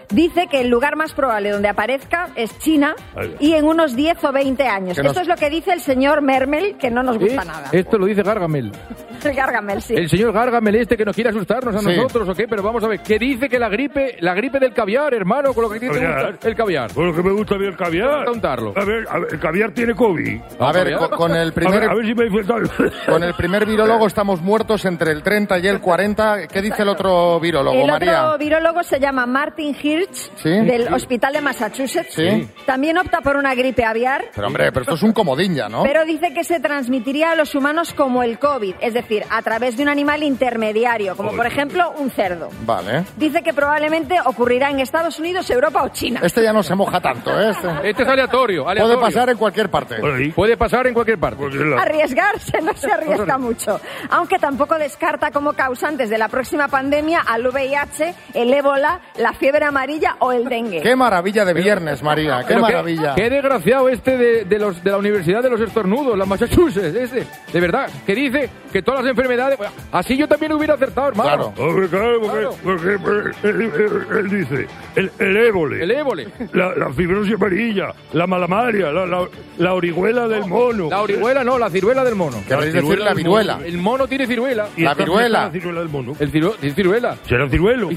Speaker 4: Dice que el lugar más probable donde aparezca es China
Speaker 21: Ay.
Speaker 4: y en unos 10 o 20 años.
Speaker 21: Que
Speaker 4: Esto
Speaker 21: nos-
Speaker 4: es lo que dice el señor Mermel, que no nos gusta nada.
Speaker 21: ¿Eh? Esto lo dice Gargamel.
Speaker 4: El Gargamel, sí.
Speaker 21: El señor Gargamel este que nos quiere asustarnos a
Speaker 3: Sí.
Speaker 21: nosotros, ¿o qué? Pero vamos a ver, ¿qué dice que la gripe, la gripe del caviar, hermano, con lo que tiene
Speaker 9: Caviar.
Speaker 21: el caviar? Con lo que me gusta a mí el caviar. Contarlo.
Speaker 9: A ver, a ver, el caviar tiene COVID.
Speaker 3: A ver, co- con, el
Speaker 9: A
Speaker 3: primer...
Speaker 9: ver, a ver si me he infectado.
Speaker 3: Con el primer virólogo estamos muertos entre el 30 y el 40. ¿Qué dice el otro virólogo,
Speaker 4: el
Speaker 3: María?
Speaker 4: otro virólogo se llama Martin Hirsch,
Speaker 3: Sí.
Speaker 4: del
Speaker 3: Sí.
Speaker 4: Hospital de Massachusetts.
Speaker 3: Sí.
Speaker 4: También opta por una gripe aviar,
Speaker 3: Pero hombre, pero esto es un comodín ya, ¿no?
Speaker 4: pero dice que se transmitiría a los humanos como el COVID, es decir, a través de un animal intermediario, como por ejemplo un cerdo.
Speaker 3: Vale.
Speaker 4: Dice que probablemente ocurrirá en Estados Unidos, Europa o China.
Speaker 3: Este ya no se moja tanto, ¿eh? Este,
Speaker 21: Este es aleatorio,
Speaker 3: puede
Speaker 21: aleatorio.
Speaker 3: pasar en cualquier parte.
Speaker 21: Puede pasar en cualquier parte.
Speaker 4: Arriesgarse no se arriesga mucho, aunque tampoco descarta como causantes de la próxima pandemia al VIH, el ébola, la fiebre amarilla o el dengue.
Speaker 3: Qué maravilla de viernes, María. Qué
Speaker 21: Pero
Speaker 3: maravilla.
Speaker 21: Qué, desgraciado este de, de los, de la Universidad de los Estornudos, la Massachusetts, este. De verdad, que dice que todas las enfermedades... Así yo también hubiera acertado, hermano.
Speaker 9: Hombre, claro, porque, porque, eh, él, él- él dice, el, el ébole.
Speaker 21: El ébole.
Speaker 9: La, la fibrosis amarilla, la malamaria, la, la, la orihuela del mono.
Speaker 21: La orihuela no, la ciruela del mono.
Speaker 9: Queréis decir la viruela.
Speaker 21: El mono tiene ciruela.
Speaker 9: Y esta fiesta, La
Speaker 21: El
Speaker 9: ciruela del mono.
Speaker 21: ciru- tiene ciruela.
Speaker 9: ¿Será ciruelo?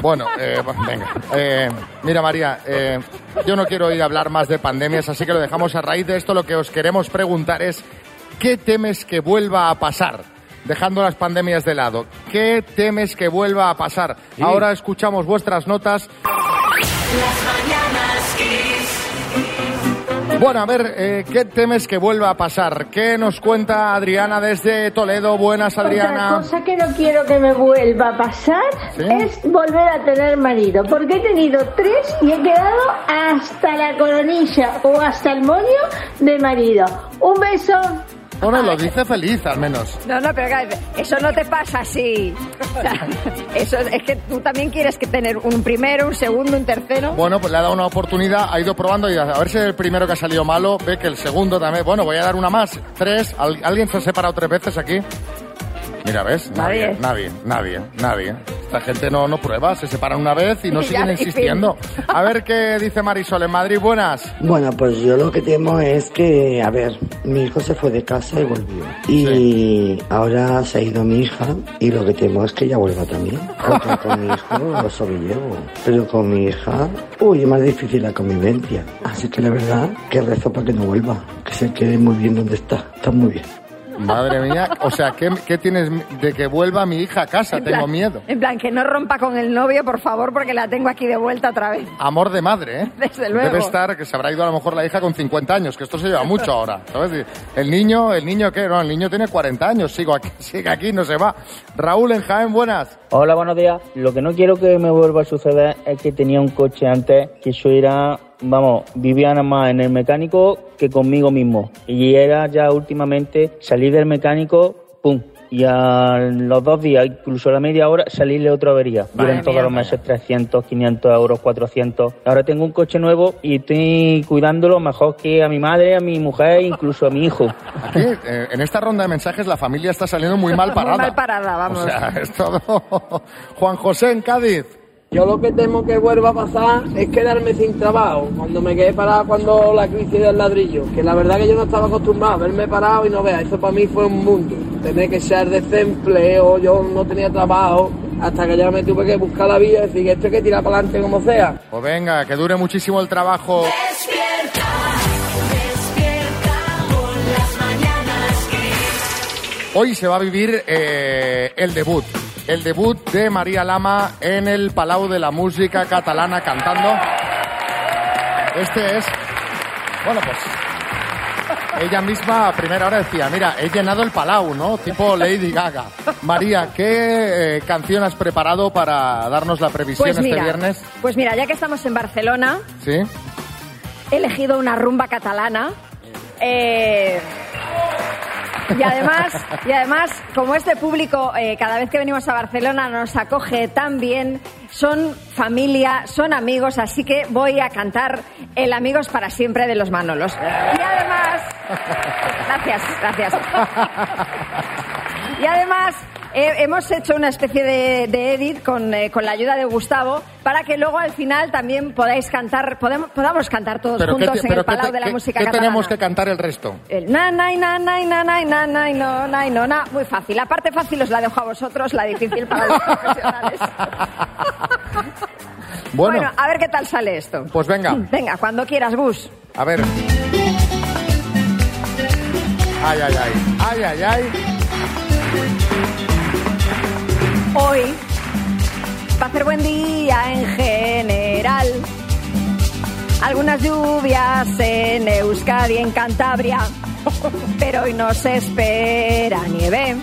Speaker 3: Bueno, eh, venga. Eh, mira, María, eh, yo no quiero ir a hablar más de pandemias, así que lo dejamos a raíz de esto. Lo que os queremos preguntar es, ¿qué temes que vuelva a pasar? Dejando las pandemias de lado, ¿qué temes que vuelva a pasar? Ahora escuchamos vuestras notas.
Speaker 1: Las mañanas Kiss.
Speaker 3: Bueno, a ver, eh, ¿qué temes que vuelva a pasar? ¿Qué nos cuenta Adriana desde Toledo? Buenas,
Speaker 10: Otra
Speaker 3: Adriana.
Speaker 10: cosa que no quiero que me vuelva a pasar
Speaker 3: Sí.
Speaker 10: es volver a tener marido, porque he tenido tres y he quedado hasta la coronilla o hasta el moño de marido. Un beso.
Speaker 3: Bueno, lo dice feliz, al menos.
Speaker 4: No, no, pero claro, eso no te pasa así. O sea, eso es es que tú también quieres que tener un primero, un segundo, un tercero.
Speaker 3: Bueno, pues le ha dado una oportunidad, ha ido probando y a a ver si el primero que ha salido malo, ve que el segundo también. Bueno, voy a dar una más. Tres. Al- ¿Alguien se ha separado tres veces aquí? Mira, ¿ves? Nadie, nadie, nadie, nadie. Esta gente no, no prueba, se separan una vez y no
Speaker 22: Y ya,
Speaker 3: siguen
Speaker 22: y fin.
Speaker 3: insistiendo. A ver qué dice Marisol en Madrid. Buenas.
Speaker 22: Bueno, pues yo lo que temo es que, a ver, mi hijo se fue de casa y volvió. Y ahora se ha ido mi hija y lo que temo es que ella vuelva también. Porque con mi hijo lo sobrellevo. Pero con mi hija, uy, es más difícil la convivencia. Así que la verdad que rezo para que no vuelva. Que se quede muy bien donde está. Está muy bien.
Speaker 3: Madre mía, o sea, ¿qué, qué tienes de que vuelva mi hija a casa?
Speaker 4: En
Speaker 3: Tengo
Speaker 4: plan-
Speaker 3: miedo.
Speaker 4: En plan, que no rompa con el novio, por favor, porque la tengo aquí de vuelta otra vez.
Speaker 3: Amor de madre, ¿eh?
Speaker 4: Desde luego.
Speaker 3: Debe estar, que se habrá ido a lo mejor la hija con 50 años, que esto se lleva mucho ahora. ¿sabes? El niño, ¿el niño qué? No, el niño tiene 40 años, sigo aquí, sigue aquí, no se va. Raúl en Jaén, buenas.
Speaker 23: Hola, buenos días. Lo que no quiero que me vuelva a suceder es que tenía un coche antes que yo era, vamos, vivía nada más en el mecánico que conmigo mismo. Y era ya últimamente salir del mecánico, pum. Y a los dos días, incluso a la media hora, salirle otra avería. Duran todos los meses 300, 500 euros, 400. Ahora tengo un coche nuevo y estoy cuidándolo mejor que a mi madre, a mi mujer, incluso a mi hijo.
Speaker 3: Aquí, eh, en esta ronda de mensajes la familia está saliendo muy mal parada.
Speaker 4: Muy mal parada, vamos.
Speaker 3: O sea, es todo. Juan José en Cádiz.
Speaker 24: Yo lo que temo que vuelva a pasar es quedarme sin trabajo, cuando me quedé parado cuando la crisis del ladrillo, que la verdad que yo no estaba acostumbrado a verme parado y no vea, eso para mí fue un mundo. Tener que ser desempleo, yo no tenía trabajo, hasta que ya me tuve que buscar la vida y decir, esto hay que tirar para adelante como sea.
Speaker 3: Pues venga, que dure muchísimo el trabajo.
Speaker 1: Despierta, despierta con las mañanas Kiss.
Speaker 3: Hoy se va a vivir eh, el debut. El debut de María Lama en el Palau de la Música Catalana cantando. Este es. Bueno, pues. Ella misma a primera hora decía: Mira, he llenado el Palau, ¿no? Tipo Lady Gaga. María, ¿qué eh, canción has preparado para darnos la previsión
Speaker 4: Pues
Speaker 3: este
Speaker 4: mira,
Speaker 3: viernes?
Speaker 4: pues mira, ya que estamos en Barcelona,
Speaker 3: Sí.
Speaker 4: he elegido una rumba catalana. eh, y además, y además, como este público eh, cada vez que venimos a Barcelona nos acoge tan bien, son familia, son amigos, así que voy a cantar el Amigos para siempre de los Manolos. Y además, gracias, gracias. Y además eh, hemos hecho una especie de, de edit con, eh, con la ayuda de Gustavo para que luego al final también podáis cantar, podemos, podamos cantar todos
Speaker 3: Pero ¿qué,
Speaker 4: juntos
Speaker 3: te-
Speaker 4: en
Speaker 3: pero
Speaker 4: el
Speaker 3: qué
Speaker 4: Palau
Speaker 3: te-
Speaker 4: de la
Speaker 3: qué-
Speaker 4: Música
Speaker 3: qué
Speaker 4: Catalana.
Speaker 3: tenemos que cantar el resto?
Speaker 4: El na, na, y na, na, y na, na, y na, na, y no, na, y no, na. Muy fácil. La parte fácil os la dejo a vosotros, la difícil para los profesionales.
Speaker 3: Bueno,
Speaker 4: bueno, a ver qué tal sale esto.
Speaker 3: pues venga.
Speaker 4: Venga, cuando quieras, Gus.
Speaker 3: A ver. Ay, ay, ay. Ay, ay, ay.
Speaker 4: Hoy va a ser buen día en general. Algunas lluvias en Euskadi, y en Cantabria, pero hoy no se espera nieve.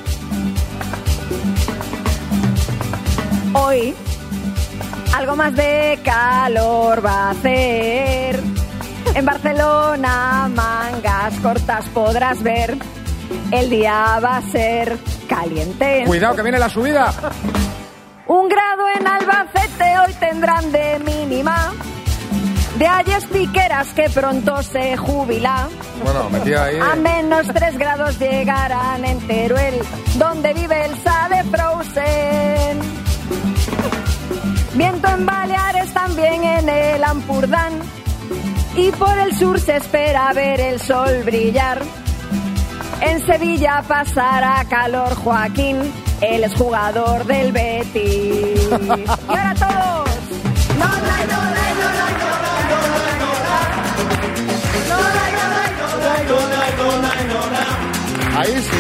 Speaker 4: Hoy algo más de calor va a hacer. En Barcelona mangas cortas podrás ver. El día va a ser caliente.
Speaker 3: Cuidado que viene la subida.
Speaker 4: Un grado en Albacete hoy tendrán de mínima. De Ayes Piqueras que pronto se jubila.
Speaker 3: Bueno, metida ahí.
Speaker 4: A menos 3 grados llegarán en Teruel, donde vive el Sade Frozen. Viento en Baleares también en el Ampurdán. Y por el sur se espera ver el sol brillar. En Sevilla pasará calor Joaquín, el exjugador del Betis. Y ahora todos.
Speaker 3: Ahí sí.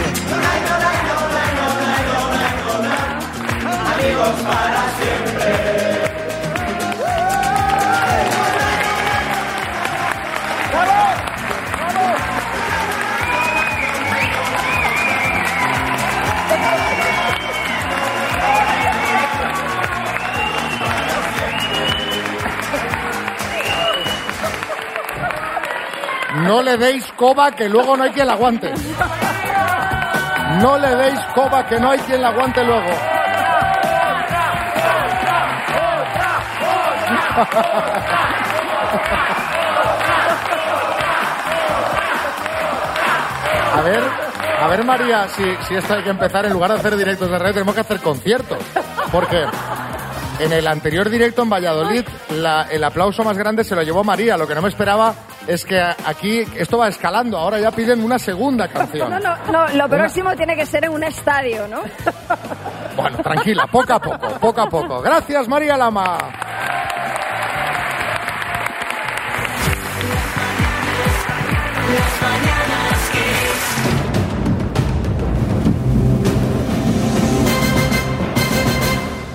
Speaker 3: No le deis coba que luego no hay quien la aguante. No le deis coba que no hay quien la aguante luego. A ver, A ver, María, si, si esto hay que empezar, en lugar de hacer directos de radio, tenemos que hacer conciertos. Porque en el anterior directo en Valladolid, la- el aplauso más grande se lo llevó María. Lo que no me esperaba es que a- aquí esto va escalando. Ahora ya piden una segunda canción.
Speaker 4: No, no, no, lo
Speaker 3: Una-
Speaker 4: próximo tiene que ser en un estadio, ¿no?
Speaker 3: Bueno, tranquila, poco a poco, poco a poco. Gracias, María Lama.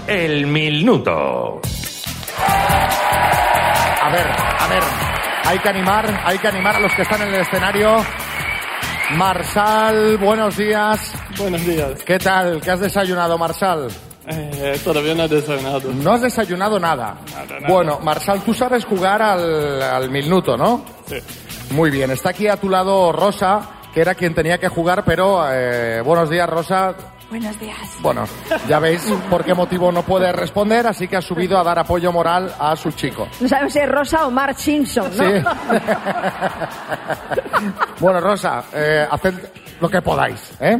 Speaker 6: El minuto.
Speaker 3: A ver, a ver. Hay que animar, hay que animar a los que están en el escenario. Marsal, buenos días.
Speaker 25: Buenos días.
Speaker 3: ¿Qué tal? ¿Qué has desayunado, Marsal?
Speaker 25: Eh, todavía no he desayunado.
Speaker 3: No has desayunado nada.
Speaker 25: nada.
Speaker 3: Bueno, Marsal, tú sabes jugar al, al minuto, ¿no?
Speaker 25: Sí.
Speaker 3: Muy bien. Está aquí a tu lado Rosa, que era quien tenía que jugar, pero eh, buenos días, Rosa.
Speaker 12: Buenos días.
Speaker 3: Bueno, ya veis por qué motivo no puede responder, así que ha subido a dar apoyo moral a su chico.
Speaker 4: No sabemos si es Rosa o Mark Simpson, ¿no?
Speaker 3: Sí. Bueno, Rosa, eh, haced lo que podáis, ¿eh?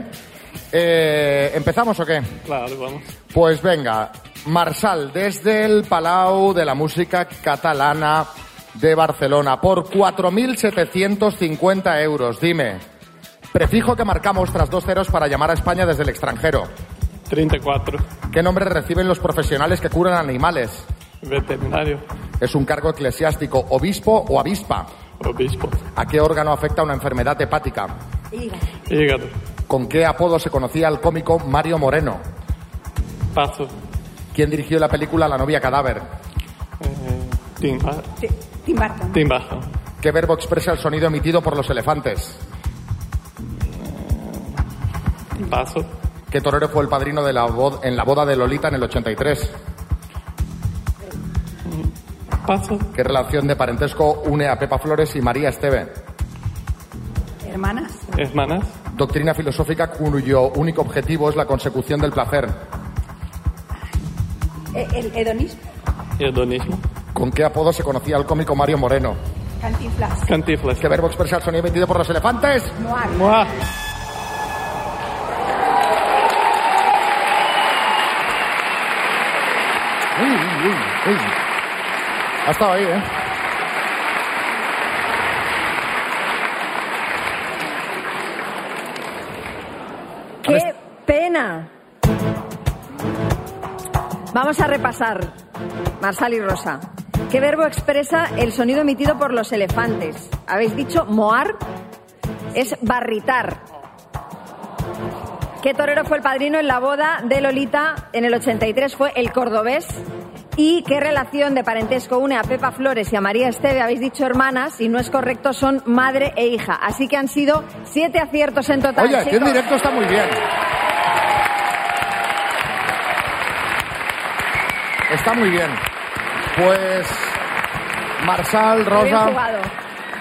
Speaker 3: Eh, ¿Empezamos o qué?
Speaker 25: Claro, vamos.
Speaker 3: Pues venga, Marsal, desde el Palau de la Música Catalana de Barcelona, por 4.750 euros, dime. Prefijo que marcamos tras dos ceros para llamar a España desde el extranjero.
Speaker 25: 34.
Speaker 3: ¿Qué nombre reciben los profesionales que curan animales?
Speaker 25: Veterinario.
Speaker 3: ¿Es un cargo eclesiástico, obispo o avispa?
Speaker 25: Obispo.
Speaker 3: ¿A qué órgano afecta una enfermedad hepática?
Speaker 25: Hígado.
Speaker 3: ¿Con qué apodo se conocía al cómico Mario Moreno?
Speaker 25: Paso.
Speaker 3: ¿Quién dirigió la película La novia cadáver?
Speaker 25: Eh, Tim, Ba-
Speaker 12: Tim Burton.
Speaker 25: Tim Burton.
Speaker 3: ¿Qué verbo expresa el sonido emitido por los elefantes?
Speaker 25: Paso.
Speaker 3: ¿Qué torero fue el padrino de la bo- en la boda de Lolita en el 83?
Speaker 25: Paso.
Speaker 3: ¿Qué relación de parentesco une a Pepa Flores y María Esteve?
Speaker 12: Hermanas.
Speaker 25: Hermanas.
Speaker 3: Doctrina filosófica cuyo único objetivo es la consecución del placer.
Speaker 12: Eh, El hedonismo.
Speaker 25: Hedonismo.
Speaker 3: ¿Con qué apodo se conocía al cómico Mario Moreno?
Speaker 12: Cantinflas.
Speaker 25: Cantiflas.
Speaker 3: ¿Qué verbo expresa el sonido emitido por los elefantes?
Speaker 12: Noir.
Speaker 3: Uy, uy, uy, uy. Ha estado ahí, ¿eh?
Speaker 4: ¡Qué pena! Vamos a repasar. Marsal y Rosa. ¿Qué verbo expresa el sonido emitido por los elefantes? Habéis dicho moar es barritar. ¿Qué torero fue el padrino en la boda de Lolita en el 83? Fue el cordobés. ¿Y qué relación de parentesco une a Pepa Flores y a María Esteve? Habéis dicho hermanas y no es correcto, son madre e hija. Así que han sido siete aciertos en total.
Speaker 3: Oye, aquí en
Speaker 4: chicos.
Speaker 3: directo está muy bien. Está muy bien. Pues Marsal,
Speaker 4: Muy bien
Speaker 3: Rosa,
Speaker 4: jugado.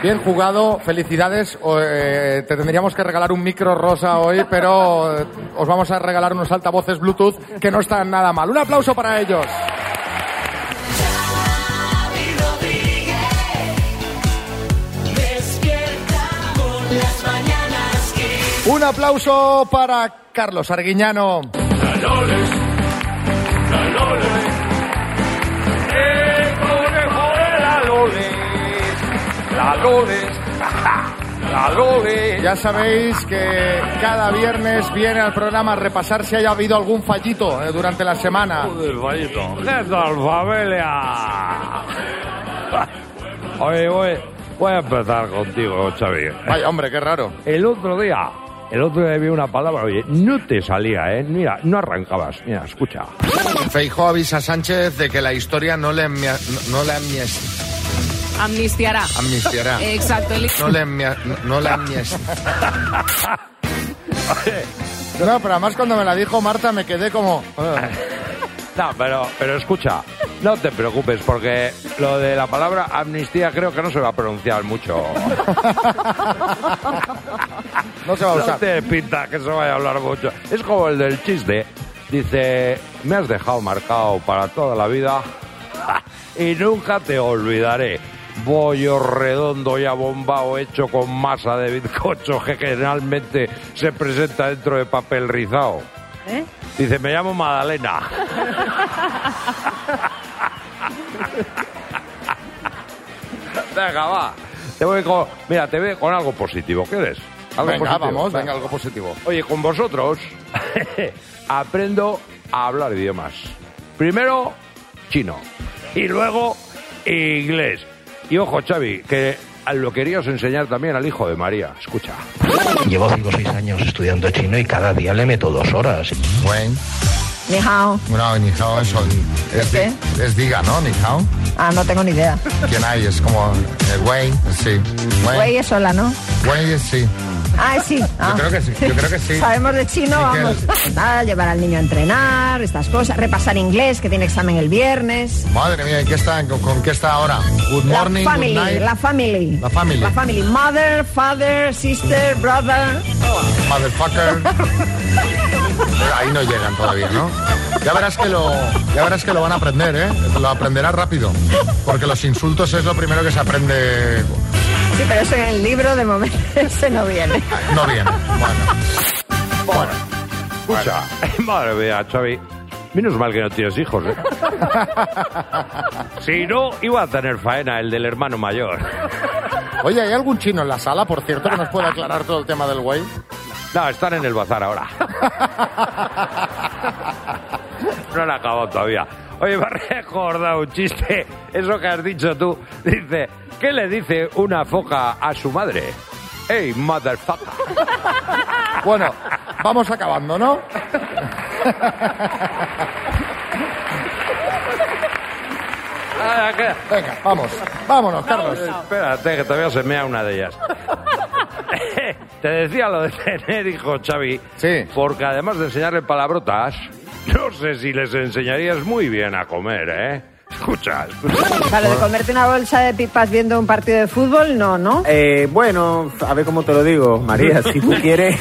Speaker 3: bien jugado, felicidades. O, eh, te tendríamos que regalar un micro rosa hoy, pero eh, os vamos a regalar unos altavoces Bluetooth que no están nada mal. Un aplauso para ellos.
Speaker 1: Despierta con las mañanas Kiss.
Speaker 3: Un aplauso para Carlos Arguiñano.
Speaker 1: Canoles, canoles.
Speaker 9: El conejo Eh, de la Loles, la Loles, la Loles.
Speaker 3: Ya sabéis que cada viernes viene al programa a repasar si haya habido algún fallito eh, durante la semana.
Speaker 9: Del Vallito. ¿Qué tal, familia? Oye, voy, voy a empezar contigo, Xavi.
Speaker 3: Vaya, hombre, qué raro.
Speaker 9: El otro día, el otro día vi una palabra, oye, no te salía, ¿eh? Mira, no arrancabas. Mira, escucha.
Speaker 3: Feijóo avisa a Sánchez de que la historia no le, amnia- no, no le amnies-
Speaker 26: Amnistiará.
Speaker 3: amnistiará.
Speaker 26: Exacto. el-
Speaker 3: No le amnia- no- no le amnies- No, pero además cuando me la dijo Marta me quedé como... eh.
Speaker 9: No, pero, pero escucha, no te preocupes porque lo de la palabra amnistía creo que no se va a pronunciar mucho.
Speaker 3: No se va a usar.
Speaker 9: te pinta que se vaya a hablar mucho. Es como el del chiste. Dice, me has dejado marcado para toda la vida y nunca te olvidaré. bollo redondo y abombado hecho con masa de bizcocho que generalmente se presenta dentro de papel rizado.
Speaker 1: ¿Eh?
Speaker 9: Dice, me llamo Madalena. Venga, va. Te voy con, mira, te voy con algo positivo. ¿Qué eres? Algo
Speaker 3: Venga, vamos, venga, algo positivo.
Speaker 9: Oye, con vosotros aprendo a hablar idiomas. Primero, chino. Y luego, inglés. Y ojo, Xavi, que lo querías enseñar también al hijo de María. Escucha.
Speaker 13: Llevo 5 o 6 años estudiando chino y cada día le meto dos horas. Bueno,
Speaker 18: Ni hao.
Speaker 13: no, ni hao, eso.
Speaker 18: ¿Es qué?
Speaker 13: Es diga, ¿no? Ni hao.
Speaker 18: Ah, no tengo ni idea.
Speaker 13: ¿Quién hay? Es como el güey, sí.
Speaker 18: Güey es sola, ¿no?
Speaker 13: Güey, sí.
Speaker 18: Ah, sí. Ah.
Speaker 13: creo que sí, yo creo que sí.
Speaker 18: Sabemos de chino, vamos. Nada, llevar al niño a entrenar, estas cosas. Repasar inglés, que tiene examen el viernes.
Speaker 13: Madre mía, ¿y qué está, con, con qué está ahora? Good morning,
Speaker 18: la
Speaker 13: good
Speaker 18: family,
Speaker 13: night.
Speaker 18: la family.
Speaker 13: La family.
Speaker 18: La family. Mother, father, sister, brother.
Speaker 13: Motherfucker. Pero Ahí no llegan todavía, ¿no? Ya verás que lo, ya verás que lo van a aprender, ¿eh? Lo aprenderás rápido. Porque los insultos es lo primero que se aprende.
Speaker 18: Sí, pero eso en el libro de momento ese no viene.
Speaker 13: No bien.
Speaker 9: Bueno, escucha. Madre mía, Xavi. Menos mal que no tienes hijos, ¿eh? si no, iba a tener faena el del hermano mayor.
Speaker 3: Oye, ¿hay algún chino en la sala, por cierto, que nos pueda aclarar todo el tema del güey?
Speaker 9: No, están en el bazar ahora. No lo han acabado todavía. Oye, me ha recordado un chiste. Eso que has dicho tú. Dice, ¿qué le dice una foca a su madre? ¡Hey, motherfucker!
Speaker 3: Bueno, vamos acabando, ¿no? Venga, vamos. Vámonos, Carlos.
Speaker 9: Espérate, que todavía se mea una de ellas. Te decía lo de tener hijos, Xavi. Sí. Porque además de enseñarle palabrotas, no sé si les enseñarías muy bien a comer, ¿eh? Escucha, escucha.
Speaker 4: Claro, de comerte una bolsa de pipas viendo un partido de fútbol, no, ¿no?
Speaker 14: Eh, bueno, a ver cómo te lo digo, María, si tú quieres.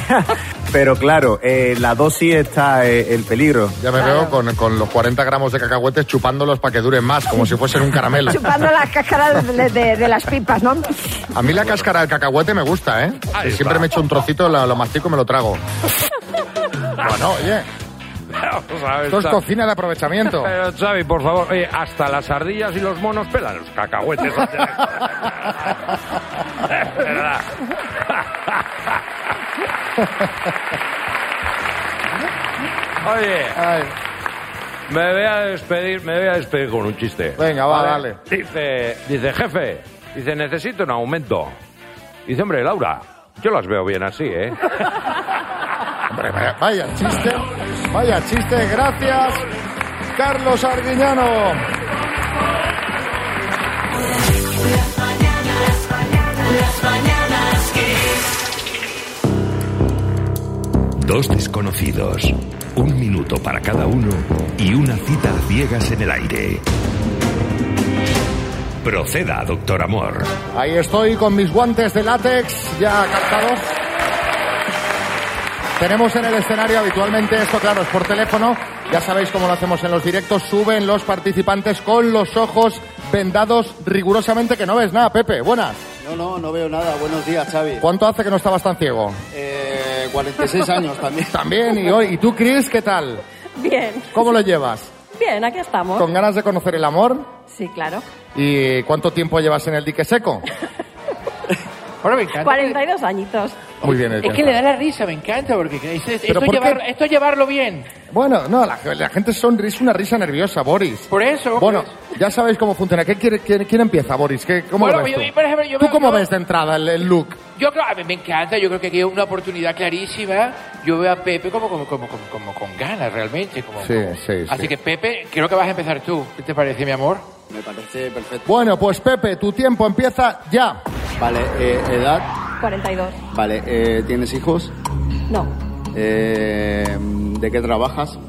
Speaker 14: Pero claro, eh, la dosis está eh, el peligro.
Speaker 13: Ya Me veo con, con los 40 gramos de cacahuetes chupándolos para que duren más, como si fuesen un caramelo.
Speaker 4: Chupando las cáscaras de, de- de las pipas, ¿no?
Speaker 13: A mí la cáscara del cacahuete me gusta, ¿eh?
Speaker 9: Ahí está.
Speaker 13: Siempre me echo un trocito, lo, lo mastico y me lo trago.
Speaker 3: Bueno, oye.
Speaker 9: Vamos a ver,
Speaker 3: Esto es
Speaker 9: Xavi.
Speaker 3: cocina de aprovechamiento.
Speaker 9: Pero Eh, Xavi, por favor, oye, hasta las ardillas y los monos pelan los cacahuetes. Es verdad. Oye, me voy a despedir, me voy a despedir con un chiste.
Speaker 3: Venga, va, dale.
Speaker 9: Dice, dice, jefe, dice, necesito un aumento. Dice, hombre, Laura, yo las veo bien así, ¿eh?
Speaker 3: Hombre, vaya- vaya chiste. Vaya chiste. Gracias, Carlos Arguiñano.
Speaker 1: Las mañanas Kiss.
Speaker 15: Dos desconocidos, un minuto para cada uno y una cita a ciegas en el aire. Proceda, doctor Amor.
Speaker 3: Ahí estoy con mis guantes de látex ya calzados. Tenemos en el escenario habitualmente esto, claro, es por teléfono. Ya sabéis cómo lo hacemos en los directos. Suben los participantes con los ojos vendados rigurosamente, que no ves nada, Pepe. Buenas.
Speaker 16: No, no, no veo nada. Buenos días, Xavi.
Speaker 3: ¿Cuánto hace que no estabas tan ciego?
Speaker 16: Eh, 46 años también.
Speaker 3: También, y hoy. ¿Y tú, Chris, qué tal?
Speaker 26: Bien,
Speaker 3: ¿Cómo lo llevas?
Speaker 26: bien, aquí estamos.
Speaker 3: ¿Con ganas de conocer el amor?
Speaker 26: Sí, claro.
Speaker 3: ¿Y cuánto tiempo llevas en el dique seco? Ahora me encanta.
Speaker 26: 42 añitos.
Speaker 3: Muy bien, el
Speaker 21: Es que le da la risa, me encanta, porque es- es- esto,
Speaker 3: Pero ¿por qué?
Speaker 21: llevarlo, esto llevarlo bien.
Speaker 3: Bueno, no, la, la gente sonríe, es una risa nerviosa, Boris.
Speaker 21: Por eso.
Speaker 3: Bueno, ya sabéis cómo funciona. ¿Qué quiere- quién, quién empieza, Boris? ¿Qué, ¿Cómo
Speaker 21: Bueno, pues
Speaker 3: lo ves
Speaker 21: yo-
Speaker 3: tú?
Speaker 21: yo, por ejemplo, yo
Speaker 3: ¿Tú
Speaker 21: veo-
Speaker 3: cómo
Speaker 21: yo-
Speaker 3: ves de entrada el, el look?
Speaker 21: Yo creo, a mí me encanta, yo creo que aquí hay una oportunidad clarísima. Yo veo a Pepe como, como, como, como, como con ganas realmente. Como, como-
Speaker 3: sí,
Speaker 21: Así que Pepe, creo que vas a empezar tú. ¿Qué te parece, mi amor?
Speaker 16: Me parece perfecto.
Speaker 3: Bueno, pues Pepe, tu tiempo empieza ya.
Speaker 16: Vale, eh, edad.
Speaker 26: 42.
Speaker 16: Vale, eh, ¿tienes hijos?
Speaker 26: No,
Speaker 16: Eh, ¿De qué trabajas?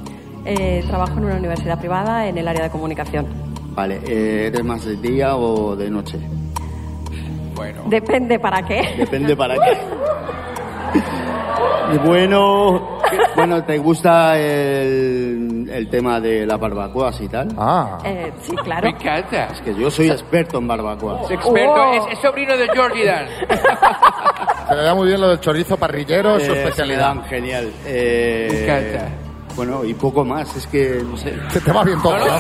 Speaker 26: eh, trabajo en una universidad privada en el área de comunicación.
Speaker 16: Vale, eh, ¿eres más de día o de noche? Bueno.
Speaker 26: Depende para qué.
Speaker 16: Depende para qué. Y Bueno, ¿qué- Bueno, ¿te gusta el, el tema de las barbacoas y tal?
Speaker 3: Ah.
Speaker 26: Eh, sí, claro.
Speaker 16: Es que yo soy experto en barbacoas.
Speaker 21: Es experto,
Speaker 26: Oh.
Speaker 21: es, es sobrino de Jordi Dan.
Speaker 3: Se le da muy bien lo del chorizo parrillero, es su
Speaker 16: Eh, se
Speaker 3: especialidad.
Speaker 16: le dan genial. Eh,
Speaker 3: Me encanta.
Speaker 16: Bueno, y poco más, es que no sé.
Speaker 3: Se te va bien todo, ¿no?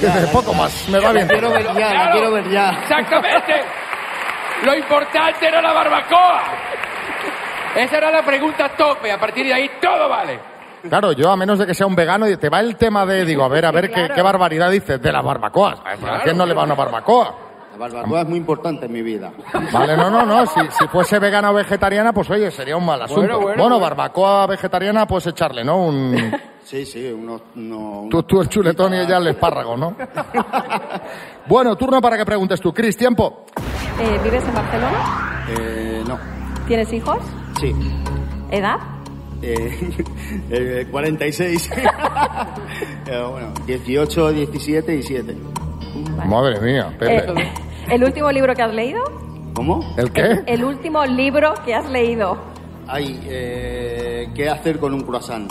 Speaker 3: Dices, poco más, me va bien.
Speaker 16: quiero ver ya, la
Speaker 21: Claro.
Speaker 16: quiero ver ya.
Speaker 21: Exactamente. Lo importante era la barbacoa. Esa era la pregunta tope. A partir de ahí todo vale.
Speaker 3: Claro, yo a menos de que sea un vegano, y te va el tema de, digo, a ver, a ver, qué,
Speaker 21: claro.
Speaker 3: qué barbaridad dices de las barbacoas. ¿A quién no le va una barbacoa?
Speaker 16: La barbacoa es muy importante en mi vida.
Speaker 3: Vale, no, no, no. Si, si fuese vegana o vegetariana, pues oye, sería un mal asunto.
Speaker 16: Bueno, bueno, bueno.
Speaker 3: barbacoa vegetariana, puedes echarle, ¿no? Un,
Speaker 16: Sí, sí, uno, uno-
Speaker 3: tú, tú el chuletón y ella el espárrago, ¿no? Bueno, turno para que preguntes tú. Cris, tiempo.
Speaker 26: Eh, ¿Vives en Barcelona?
Speaker 16: Eh, no,
Speaker 26: ¿Tienes hijos?
Speaker 16: sí.
Speaker 26: ¿Edad?
Speaker 16: Eh, eh, 46. Eh, bueno, 18, 17 y 7.
Speaker 3: Madre mía,
Speaker 26: Eh, ¿El último libro que has leído?
Speaker 16: ¿Cómo?
Speaker 3: ¿El qué?
Speaker 26: El último libro que has leído.
Speaker 16: Ay, eh, ¿qué hacer con un croissant?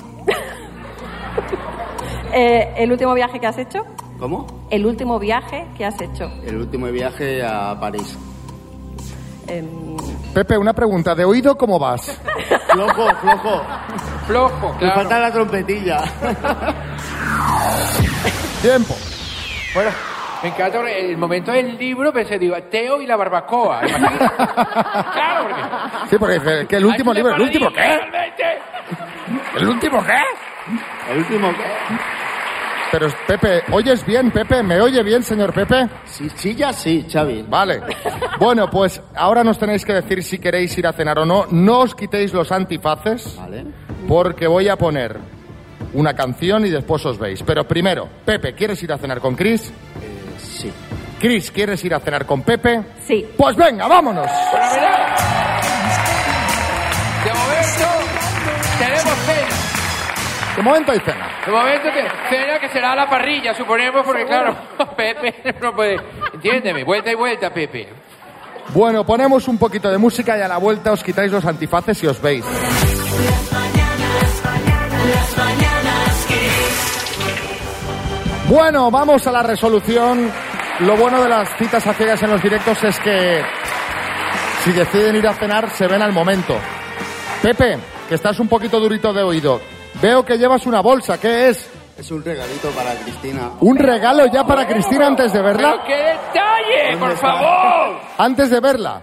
Speaker 26: Eh, ¿El último viaje que has hecho?
Speaker 16: ¿Cómo?
Speaker 26: ¿El último viaje que has hecho?
Speaker 16: El último viaje a París.
Speaker 26: Em,
Speaker 3: Pepe, una pregunta. ¿De oído cómo vas?
Speaker 16: Flojo, flojo.
Speaker 21: Flojo,
Speaker 16: Me falta la trompetilla.
Speaker 3: Tiempo.
Speaker 21: Bueno, me encanta el momento del libro, pensé, digo, Teo y la barbacoa. Imagínate. claro, porque...
Speaker 3: Sí, porque dice que el último
Speaker 21: Hay
Speaker 3: libro,
Speaker 21: una
Speaker 3: ¿el último
Speaker 21: maravilla,
Speaker 3: qué?
Speaker 21: realmente.
Speaker 3: ¿El último qué?
Speaker 16: ¿El último qué?
Speaker 3: Pero, Pepe, ¿oyes bien, Pepe? ¿Me oye bien, señor Pepe?
Speaker 16: Sí, sí, ya sí, Xavi.
Speaker 3: Vale. Bueno, pues ahora nos tenéis que decir si queréis ir a cenar o no. No os quitéis los antifaces.
Speaker 16: Vale.
Speaker 3: Porque voy a poner una canción y después os veis. Pero primero, Pepe, ¿quieres ir a cenar con Chris?
Speaker 16: Eh, sí.
Speaker 3: Chris, ¿quieres ir a cenar con Pepe?
Speaker 26: Sí.
Speaker 3: Pues venga, vámonos.
Speaker 21: De momento, tenemos cena.
Speaker 3: De momento hay cena.
Speaker 21: De momento, que- cena que será a la parrilla, suponemos, porque claro, Pepe no puede. Entiéndeme, vuelta y vuelta, Pepe.
Speaker 3: Bueno, ponemos un poquito de música y a la vuelta os quitáis los antifaces y os veis.
Speaker 1: Las mañanas Kiss.
Speaker 3: Bueno, vamos a la resolución. Lo bueno de las citas a ciegas en los directos es que si deciden ir a cenar, se ven al momento. Pepe, que estás un poquito durito de oído. Veo que llevas una bolsa, ¿qué es?
Speaker 16: Es un regalito para Cristina.
Speaker 3: ¿Un regalo ya para Cristina antes de verla?
Speaker 21: ¡Qué detalle, por
Speaker 16: ¿Dónde está?
Speaker 21: favor!
Speaker 3: Antes de verla.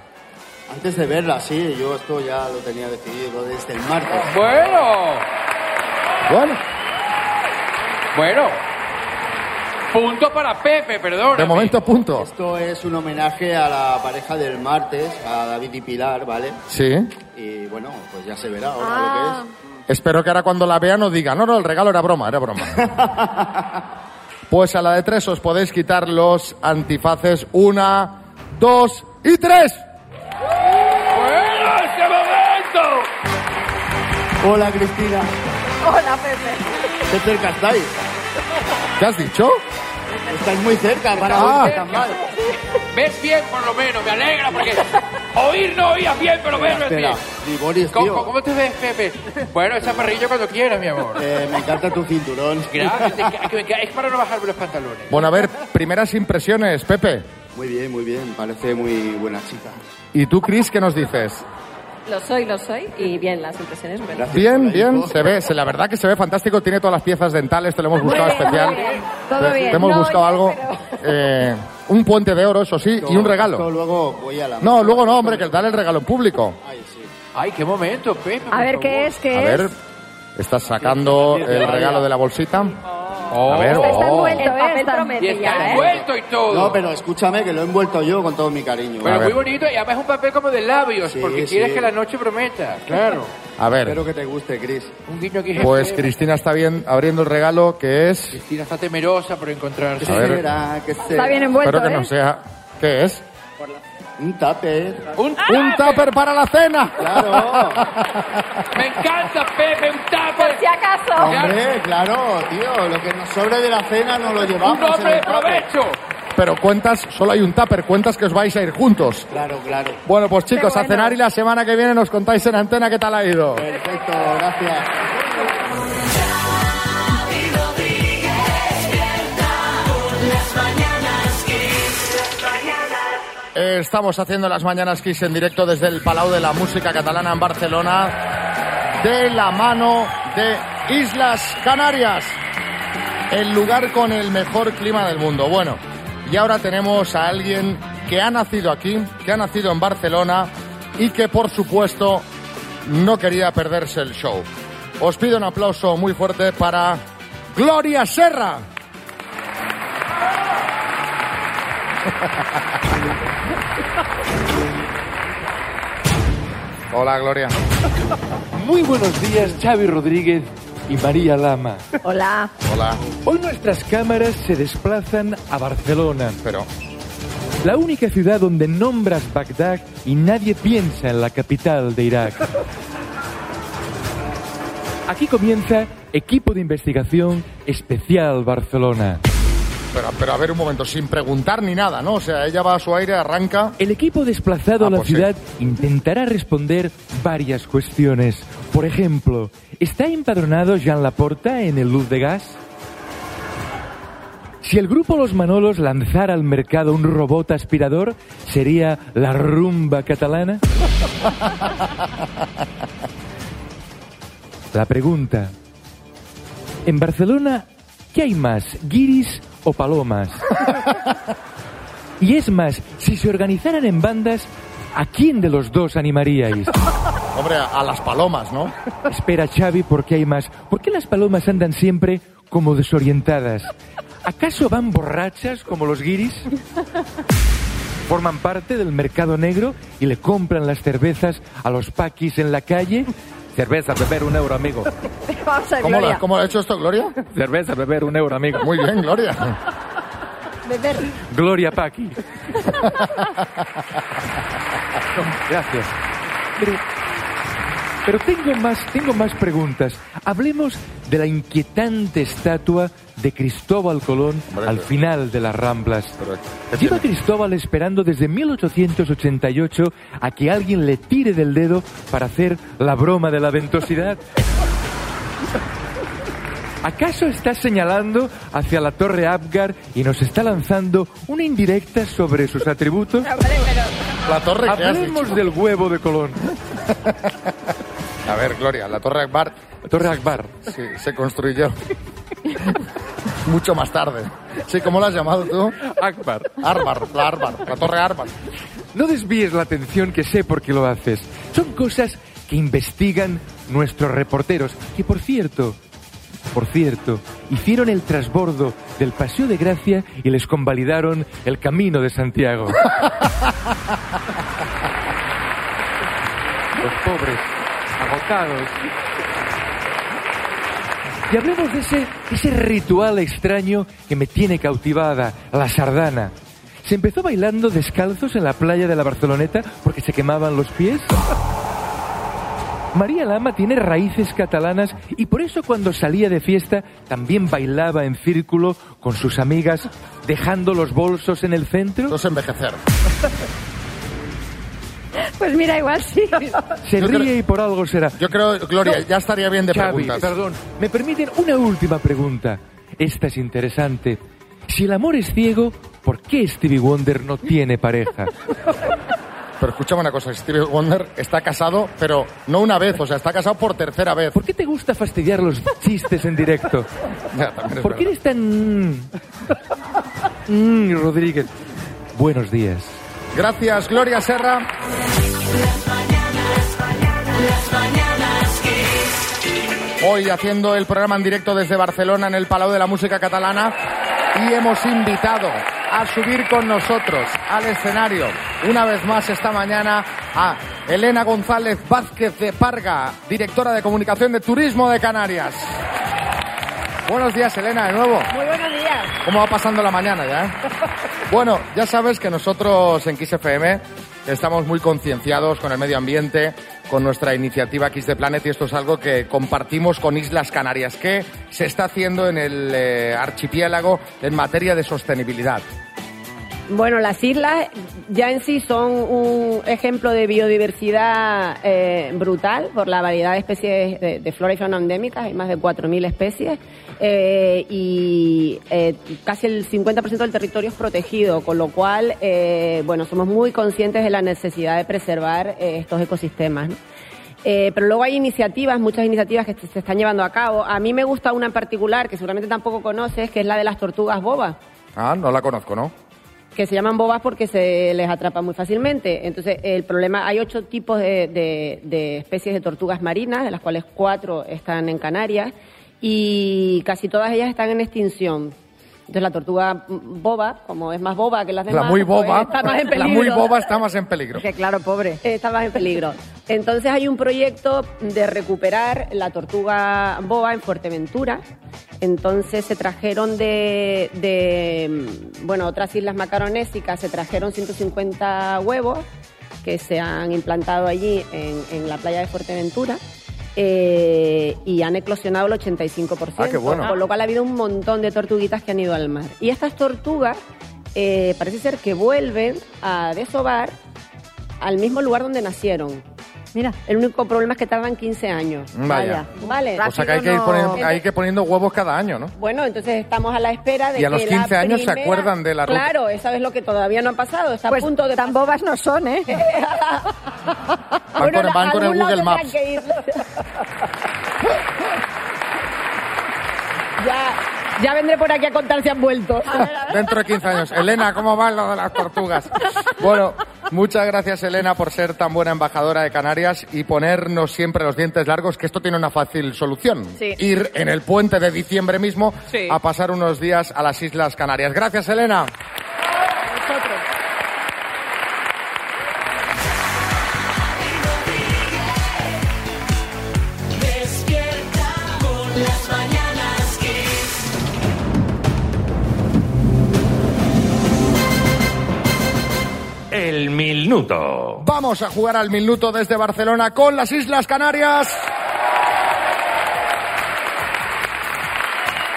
Speaker 16: Antes de verla, sí, yo esto ya lo tenía decidido desde el martes.
Speaker 21: Bueno,
Speaker 3: Bueno,
Speaker 21: bueno. Punto para Pepe, perdón.
Speaker 3: de momento punto.
Speaker 16: Esto es un homenaje a la pareja del martes, a David y Pilar, ¿vale?
Speaker 3: Sí.
Speaker 16: Y bueno, pues ya se verá ahora lo que es.
Speaker 3: Espero que ahora cuando la vea no diga, no, no, el regalo era broma, era broma. Pues a la de tres os podéis quitar los antifaces. Una, dos y tres.
Speaker 21: ¡Bueno, este momento!
Speaker 16: Hola, Cristina.
Speaker 26: Hola, Pepe.
Speaker 16: ¿Qué cerca estáis?
Speaker 3: ¿Qué has dicho?
Speaker 16: Estáis muy cerca para
Speaker 21: Ah.
Speaker 16: verte tan mal.
Speaker 21: Ves bien, por lo menos, me alegra, porque oír no oías bien, pero ver ves bien.
Speaker 16: Espera, Liboris,
Speaker 21: ¿Cómo,
Speaker 16: tío.
Speaker 21: ¿Cómo te ves, Pepe? Bueno, esa parrilla cuando quieras, mi amor.
Speaker 16: Eh, me encanta tu cinturón.
Speaker 21: Gracias, es que me ca- es para no bajarme los pantalones.
Speaker 3: Bueno, a ver, primeras impresiones, Pepe.
Speaker 16: Muy bien, muy bien. Parece muy buena chica.
Speaker 3: ¿Y tú, Chris, qué nos dices?
Speaker 26: Lo soy, lo soy. Y bien, las impresiones. bueno.
Speaker 3: Bien, bien, se ve, se- la verdad que se ve fantástico, tiene todas las piezas dentales, te lo hemos buscado
Speaker 26: Muy bien,
Speaker 3: especial.
Speaker 26: muy bien.
Speaker 3: Te-
Speaker 26: Todo bien.
Speaker 3: Te hemos
Speaker 26: No,
Speaker 3: buscado
Speaker 26: ya,
Speaker 3: algo, eh, un puente de oro, eso sí, y un
Speaker 16: Esto
Speaker 3: regalo.
Speaker 16: luego voy a la...
Speaker 3: No, luego no, hombre, que dale el regalo en público.
Speaker 21: Ay, qué momento, Pepe.
Speaker 4: A ver qué es, qué
Speaker 3: A
Speaker 4: es.
Speaker 3: ver, estás sacando el regalo de la bolsita. A ver,
Speaker 4: Está
Speaker 3: oh.
Speaker 4: envuelto,
Speaker 26: El papel
Speaker 4: eh, está-
Speaker 26: promete
Speaker 21: Y está
Speaker 26: ya, ¿eh?
Speaker 21: envuelto y todo.
Speaker 16: No, pero escúchame que lo he envuelto yo con todo mi cariño.
Speaker 21: oh. Pero muy bonito y además es un papel como de labios,
Speaker 16: Sí,
Speaker 21: porque
Speaker 16: sí.
Speaker 21: quieres que la noche prometa, claro.
Speaker 3: A ver,
Speaker 16: Espero que te guste, Chris.
Speaker 21: Un guiño aquí.
Speaker 3: pues
Speaker 21: Cristina.
Speaker 3: Cristina está bien abriendo el regalo, que es...
Speaker 21: está temerosa por encontrarse.
Speaker 3: A ver.
Speaker 16: que se...
Speaker 4: Está bien envuelto,
Speaker 3: Espero que
Speaker 4: ¿eh?
Speaker 3: no sea... ¿Qué es?
Speaker 16: Un tupper.
Speaker 21: Un
Speaker 3: Un
Speaker 21: tupper.
Speaker 3: tupper para la cena.
Speaker 16: Claro.
Speaker 21: Me encanta, Pepe, un
Speaker 26: Por
Speaker 21: tupper.
Speaker 26: si acaso.
Speaker 16: Hombre, claro, tío. Lo que nos sobre de la cena no lo llevamos.
Speaker 21: Un hombre
Speaker 16: en
Speaker 21: de
Speaker 16: el tupper.
Speaker 21: provecho.
Speaker 3: Pero cuentas, solo hay un tupper, cuentas que os vais a ir juntos.
Speaker 16: Claro, claro.
Speaker 3: Bueno, pues chicos,
Speaker 4: Qué bueno.
Speaker 21: Oh.
Speaker 3: a cenar y la semana que viene nos contáis en antena qué tal ha ido.
Speaker 16: Perfecto, gracias.
Speaker 1: Xavi Rodríguez despierta por las mañanas Kiss.
Speaker 3: Eh, Estamos haciendo las mañanas Kiss en directo desde el Palau de la Música Catalana en Barcelona, de la mano de Islas Canarias, el lugar con el mejor clima del mundo. Bueno, y ahora tenemos a alguien que ha nacido aquí, que ha nacido en Barcelona y que por supuesto no quería perderse el show. Os pido un aplauso muy fuerte para Gloria Serra. Hola, Gloria.
Speaker 2: Muy buenos días, Xavi Rodríguez y María Lama.
Speaker 4: Hola.
Speaker 3: Hola.
Speaker 2: Hoy nuestras cámaras se desplazan a Barcelona.
Speaker 3: Pero.
Speaker 2: La única ciudad donde nombras Bagdad y nadie piensa en la capital de Irak. Aquí comienza Equipo de Investigación Especial Barcelona.
Speaker 3: Pero, pero a ver un momento, sin preguntar ni nada, ¿no? O sea, ella va a su aire, arranca.
Speaker 2: El equipo desplazado a la ciudad intentará responder varias cuestiones. Por ejemplo, ¿está empadronado Jean Laporta en el Luz de Gas? Si el grupo Los Manolos lanzara al mercado un robot aspirador, ¿sería la rumba catalana? La pregunta. En Barcelona, ¿qué hay más, guiris o palomas? Y es más, si se organizaran en bandas, ¿a quién de los dos animaríais?
Speaker 3: Hombre, a, a las palomas, ¿no?
Speaker 2: Espera, Xavi, porque hay más. ¿Por qué las palomas andan siempre como desorientadas? ¿Acaso van borrachas como los guiris? ¿Forman parte del mercado negro y le compran las cervezas a los paquis en la calle? Cerveza, beber un euro, amigo.
Speaker 4: Vamos a ver,
Speaker 2: ¿Cómo la-
Speaker 4: Gloria.
Speaker 2: cómo
Speaker 3: ha hecho esto, Gloria?
Speaker 2: Cerveza, beber un euro, amigo.
Speaker 3: Muy bien, Gloria.
Speaker 4: Beber.
Speaker 2: Gloria Paqui. Gracias. Pero, pero tengo, más, tengo más preguntas. Hablemos de la inquietante estatua de Cristóbal Colón al final de las Ramblas. Lleva Cristóbal esperando desde 1888 a que alguien le tire del dedo para hacer la broma de la ventosidad. ¿Acaso está señalando hacia la torre Abgar y nos está lanzando una indirecta sobre sus atributos?
Speaker 3: La torre que has
Speaker 2: Hablemos del huevo de Colón.
Speaker 3: A ver, Gloria, la Torre Akbar.
Speaker 2: La Torre Akbar.
Speaker 3: Sí, se construyó. Mucho más tarde. Sí, ¿cómo la has llamado tú?
Speaker 2: Akbar.
Speaker 3: Arbar, la Arbar, la Torre Arbar.
Speaker 2: No desvíes la atención que sé por qué lo haces. Son cosas que investigan nuestros reporteros. Que por cierto, por cierto, hicieron el trasbordo del Paseo de Gracia y les convalidaron el Camino de Santiago. Los pobres, agotados. Y hablemos de ese, ese ritual extraño que me tiene cautivada, la sardana. ¿Se empezó bailando descalzos en la playa de la Barceloneta porque se quemaban los pies? María Lama tiene raíces catalanas y por eso cuando salía de fiesta también bailaba en círculo con sus amigas dejando los bolsos en el centro.
Speaker 3: Dos envejecer.
Speaker 4: Pues mira, igual sí.
Speaker 2: Se ríe y por algo será.
Speaker 3: Yo creo, Gloria, ya estaría bien de
Speaker 2: Xavi,
Speaker 3: preguntas.
Speaker 2: perdón. ¿Me permiten una última pregunta? Esta es interesante. Si el amor es ciego, ¿por qué Stevie Wonder no tiene pareja?
Speaker 3: Pero escúchame una cosa, Stevie Wonder está casado, pero no una vez, o sea, está casado por tercera vez.
Speaker 2: ¿Por qué te gusta fastidiar los chistes Este en directo?
Speaker 3: Ya, también es
Speaker 2: ¿Por qué
Speaker 3: verdad.
Speaker 2: eres tan... Mm, Rodríguez? Buenos días.
Speaker 3: Gracias, Gloria Serra.
Speaker 1: Las mañanas Kiss.
Speaker 3: Hoy haciendo el programa en directo desde Barcelona en el Palau de la Música Catalana y hemos invitado a subir con nosotros al escenario una vez más esta mañana a Elena González Vázquez de Parga, directora de comunicación de Turismo de Canarias. Buenos días, Elena, de nuevo.
Speaker 4: Muy buenos días.
Speaker 3: ¿Cómo va pasando la mañana ya? eh? Bueno, ya sabes que nosotros en Kiss FM estamos muy concienciados con el medio ambiente, con nuestra iniciativa Kiss the Planet y esto es algo que compartimos con Islas Canarias, que se está haciendo en el eh, archipiélago en materia de sostenibilidad.
Speaker 7: Bueno, las islas ya en sí son un ejemplo de biodiversidad eh, brutal por la variedad de especies de, de flora y fauna endémicas, hay más de 4.000 especies eh, y eh, casi el 50% del territorio es protegido, con lo cual, eh, bueno, somos muy conscientes de la necesidad de preservar eh, estos ecosistemas. ¿no? Eh, pero luego hay iniciativas, muchas iniciativas que se están llevando a cabo. A mí me gusta una en particular que seguramente tampoco conoces, que es la de las tortugas bobas
Speaker 3: Ah, no la conozco, ¿no?
Speaker 7: que se llaman bobas porque se les atrapa muy fácilmente. Entonces, el problema, hay ocho tipos de, de- de especies de tortugas marinas, de las cuales cuatro están en Canarias, y casi todas ellas están en extinción. Entonces, la tortuga boba, como es más boba que las demás,
Speaker 3: La muy
Speaker 7: pues,
Speaker 3: boba.
Speaker 7: está más en
Speaker 3: La
Speaker 7: peligro.
Speaker 3: muy boba está más en peligro.
Speaker 7: Que claro, pobre. Está más en peligro. Entonces hay un proyecto de recuperar la tortuga boa en Fuerteventura. Entonces se trajeron de, de, bueno, otras islas macaronésicas, se trajeron 150 huevos que se han implantado allí en, en la playa de Fuerteventura. eh, y han eclosionado el 85%,
Speaker 27: Ah, qué bueno.
Speaker 7: con lo cual ha habido un montón de tortuguitas que han ido al mar. Y estas tortugas eh, parece ser que vuelven a desovar al mismo lugar donde nacieron. Mira, el único problema es que tardan 15 años.
Speaker 3: Mm, Vaya.
Speaker 7: Vale.
Speaker 3: O sea que hay que, ir poniendo, hay que ir poniendo huevos cada año, ¿no?
Speaker 7: Bueno, entonces estamos a la espera de
Speaker 3: Y a
Speaker 7: que
Speaker 3: los
Speaker 7: la
Speaker 3: 15 años se
Speaker 7: primera-
Speaker 3: acuerdan de la ruta.
Speaker 7: Claro, esa es lo que todavía no ha pasado. Está a punto de Pues tan bobas no son, ¿eh?
Speaker 3: Van con- van con el Google Maps.
Speaker 7: ya, ya vendré por aquí a contar si han vuelto.
Speaker 3: Dentro de 15 años. Elena, ¿cómo va lo de las tortugas? Bueno, muchas gracias, Elena, por ser tan buena embajadora de Canarias y ponernos siempre los dientes largos, que esto tiene una fácil solución.
Speaker 20: Sí.
Speaker 3: Ir en el puente de diciembre mismo
Speaker 20: Sí.
Speaker 3: a pasar unos días a las Islas Canarias. Gracias, Elena.
Speaker 1: Despierta con las mañanas Kiss.
Speaker 9: El minuto.
Speaker 3: Vamos a jugar al minuto desde Barcelona con las Islas Canarias.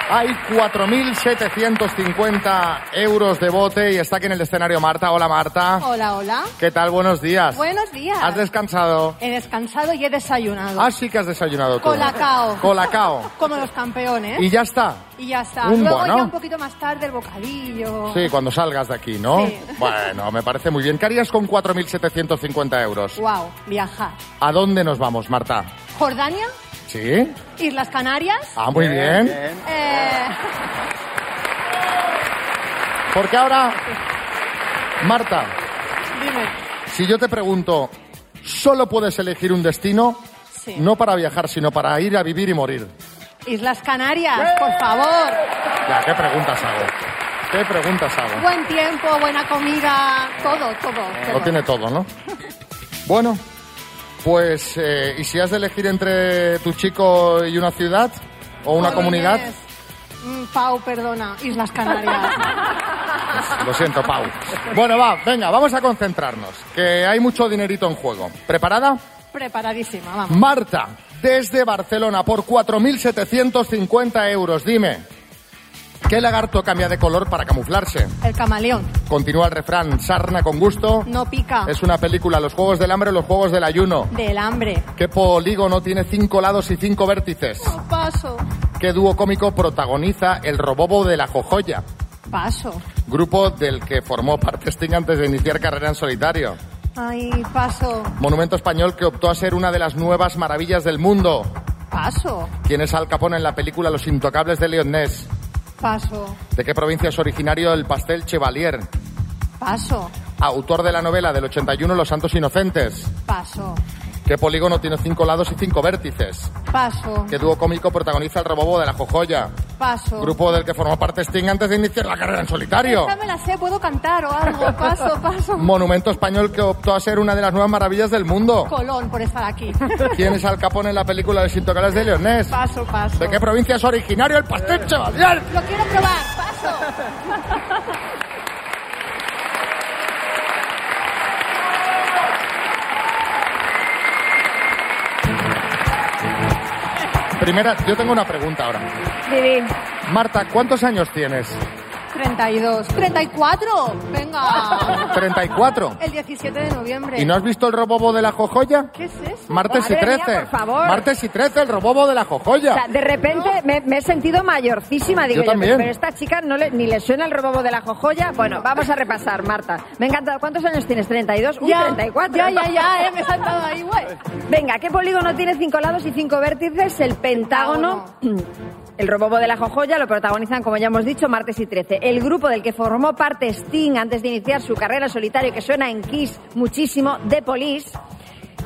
Speaker 3: Hay 4.750 euros de bote y está aquí en el escenario Marta. Hola Marta.
Speaker 10: Hola, hola.
Speaker 3: ¿Qué tal? Buenos días.
Speaker 10: Buenos días.
Speaker 3: ah. ¿Has descansado?
Speaker 10: He descansado y he desayunado.
Speaker 3: Ah, sí que has desayunado tú.
Speaker 10: Colacao. ¿Eh?
Speaker 3: Colacao.
Speaker 10: Como los campeones.
Speaker 3: Y ya está.
Speaker 10: Y ya está.
Speaker 3: Un
Speaker 10: Luego
Speaker 3: bono.
Speaker 10: ya un poquito más tarde el bocadillo.
Speaker 3: Sí, cuando salgas de aquí, ¿no?
Speaker 10: Sí.
Speaker 3: Bueno, me parece muy bien. ¿Qué harías con 4.750 euros?
Speaker 10: Wow, viajar.
Speaker 3: ¿A dónde nos vamos, Marta?
Speaker 10: Jordania,
Speaker 3: ¿Sí?
Speaker 10: Islas Canarias.
Speaker 3: Ah, muy bien. bien.
Speaker 10: Eh,
Speaker 3: Porque ahora, Marta,
Speaker 10: dime.
Speaker 3: si yo te pregunto, solo puedes elegir un destino,
Speaker 10: Sí.
Speaker 3: no para viajar, sino para ir a vivir y morir.
Speaker 10: Islas Canarias, por favor.
Speaker 3: Ya, ¿qué preguntas hago? ¿Qué preguntas hago?
Speaker 10: Buen tiempo, buena comida, todo, todo.
Speaker 3: Lo
Speaker 10: todo.
Speaker 3: tiene todo, ¿no? Bueno, pues, eh, ¿y si has de elegir entre tu chico y una ciudad o una
Speaker 10: Jolines.
Speaker 3: comunidad?
Speaker 10: Mm, Pau, perdona, Islas Canarias.
Speaker 3: Lo siento, Pau. Bueno, va, venga, vamos a concentrarnos, que hay mucho dinerito en juego. ¿Preparada?
Speaker 10: Preparadísima, vamos.
Speaker 3: Marta, desde Barcelona, por 4.750 euros, dime, ¿qué lagarto cambia de color para camuflarse?
Speaker 10: El camaleón,
Speaker 3: Continúa el refrán, sarna con gusto.
Speaker 10: no pica.
Speaker 3: Es una película, los juegos del hambre, los juegos del ayuno.
Speaker 10: Del hambre.
Speaker 3: ¿Qué polígono tiene cinco lados y cinco vértices?
Speaker 10: Paso.
Speaker 3: ¿Qué dúo cómico protagoniza el robobo de la jojoya?
Speaker 10: Paso.
Speaker 3: Grupo del que formó parte Sting antes de iniciar carrera en solitario.
Speaker 10: Ay, paso.
Speaker 3: Monumento español que optó a ser una de las nuevas maravillas del mundo.
Speaker 10: Paso.
Speaker 3: ¿Quién es Al Capone en la película Los Intocables de Leon Ness?
Speaker 10: Paso.
Speaker 3: ¿De qué provincia es originario el pastel Chevalier?
Speaker 10: Paso.
Speaker 3: Autor de la novela del 81 Los Santos Inocentes.
Speaker 10: Paso.
Speaker 3: ¿Qué polígono tiene cinco lados y cinco vértices?
Speaker 10: Paso.
Speaker 3: ¿Qué dúo cómico protagoniza el robobo de la jojoya?
Speaker 10: Paso.
Speaker 3: Grupo del que formó parte Sting antes de iniciar la carrera en solitario.
Speaker 10: Esta me la sé, puedo cantar o algo. Paso, paso.
Speaker 3: Monumento español que optó a ser una de las nuevas maravillas del mundo.
Speaker 10: Colón por estar aquí.
Speaker 3: ¿Quién es Al Capone en la película Los Intocables de Leon Ness?
Speaker 10: Paso, paso.
Speaker 3: ¿De qué provincia es originario el pastel Chevalier?
Speaker 10: Lo quiero probar. Paso.
Speaker 3: Primera, yo tengo una pregunta ahora. Marta, ¿cuántos años tienes?
Speaker 10: 32. ¡34! Venga.
Speaker 3: 34.
Speaker 10: El 17 de noviembre.
Speaker 3: ¿Y no has visto el robobo de la jojoya?
Speaker 10: ¿Qué es eso?
Speaker 3: Martes y
Speaker 4: Madre mía,
Speaker 3: 13.
Speaker 4: por favor.
Speaker 3: Martes y 13, el robobo de la
Speaker 4: O
Speaker 3: jojoya.
Speaker 4: sea, de repente me, me he sentido mayorcísima, digo
Speaker 3: Yo
Speaker 4: yo,
Speaker 3: también.
Speaker 4: pero esta chica no le, ni le suena el robobo de la jojoya. Bueno, vamos a repasar, Marta. Me ha encantado. ¿Cuántos años tienes? ¿32? Uy,
Speaker 10: Ya,
Speaker 4: 34.
Speaker 10: ya, ya, ya, eh, me he saltado ahí, guay.
Speaker 4: Venga, ¿qué polígono tiene cinco lados y cinco vértices? El pentágono.
Speaker 10: Ah,
Speaker 4: Mm. El robobo de la jojoya lo protagonizan, como ya hemos dicho, martes y 13. El grupo del que formó parte Sting antes de iniciar su carrera en solitario, que suena en Kiss muchísimo, The Police.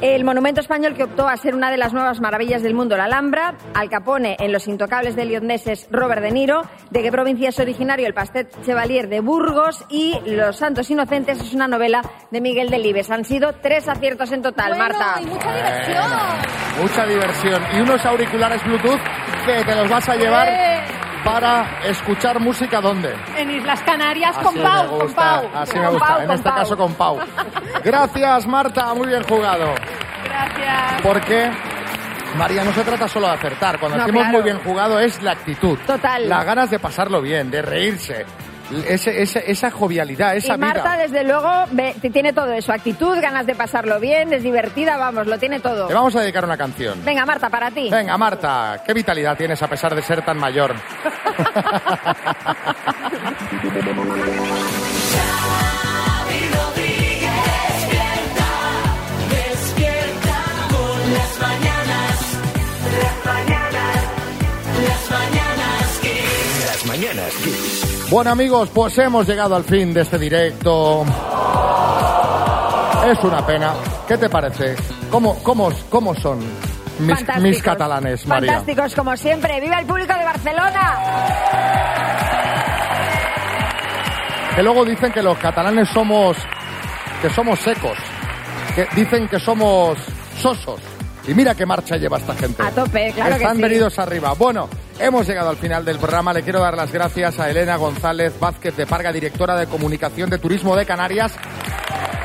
Speaker 4: El monumento español que optó a ser una de las nuevas maravillas del mundo, la Alhambra. Al Capone en Los Intocables de Liondeses, Robert De Niro. ¿De qué provincia es originario el Pastel Chevalier de Burgos? Y Los Santos Inocentes es una novela de Miguel Delibes. Han sido tres aciertos en total, Marta.
Speaker 3: Mucha diversión. Y unos auriculares Bluetooth que te los vas a llevar
Speaker 10: Eh.
Speaker 3: para escuchar música ¿dónde?
Speaker 10: En Islas Canarias con
Speaker 3: Así
Speaker 10: Pau,
Speaker 3: me
Speaker 10: con
Speaker 3: gusta,
Speaker 10: Pau.
Speaker 3: Así
Speaker 10: Con
Speaker 3: me gusta.
Speaker 10: Pau,
Speaker 3: en
Speaker 10: con
Speaker 3: este
Speaker 10: Pau.
Speaker 3: caso con Pau. Gracias, Marta. Muy bien jugado.
Speaker 10: Gracias.
Speaker 3: Porque, María, no se trata solo de acertar. Cuando
Speaker 4: No,
Speaker 3: decimos
Speaker 4: claro.
Speaker 3: muy bien jugado es la actitud.
Speaker 4: Total.
Speaker 3: Las ganas de pasarlo bien, de reírse. Ese- ese- esa jovialidad, esa
Speaker 4: y Marta,
Speaker 3: vida.
Speaker 4: desde luego, ve- te tiene todo eso. Actitud, ganas de pasarlo bien, es divertida, vamos, lo tiene todo.
Speaker 3: Te vamos a dedicar una canción.
Speaker 4: Venga, Marta, para ti.
Speaker 3: Venga, Marta, qué vitalidad tienes a pesar de ser tan mayor.
Speaker 1: Despierta, despierta con las mañanas. Las mañanas. Las mañanas Kiss.
Speaker 15: Las mañanas Kiss.
Speaker 3: Bueno amigos, pues hemos llegado al fin de este directo. Es una pena. ¿Qué te parece? ¿Cómo, cómo, cómo son mis,
Speaker 4: Fantásticos.
Speaker 3: mis catalanes, María?
Speaker 4: Fantásticos como siempre. ¡Viva el público de Barcelona!
Speaker 3: Que luego dicen que los catalanes somos que somos secos. Que dicen que somos sosos. Y mira qué marcha lleva esta gente.
Speaker 4: A tope, claro que
Speaker 3: Están
Speaker 4: sí.
Speaker 3: venidos arriba. Bueno, hemos llegado al final del programa. Le quiero dar las gracias a Elena González Vázquez de Parga, directora de Comunicación de Turismo de Canarias,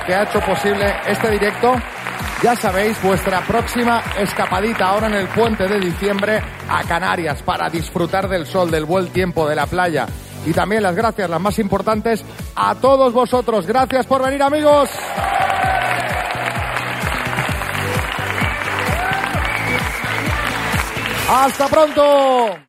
Speaker 3: que ha hecho posible este directo. Ya sabéis, vuestra próxima escapadita ahora en el puente de diciembre a Canarias para disfrutar del sol, del buen tiempo, de la playa. Y también las gracias, las más importantes, a todos vosotros. Gracias por venir, amigos. Hasta pronto.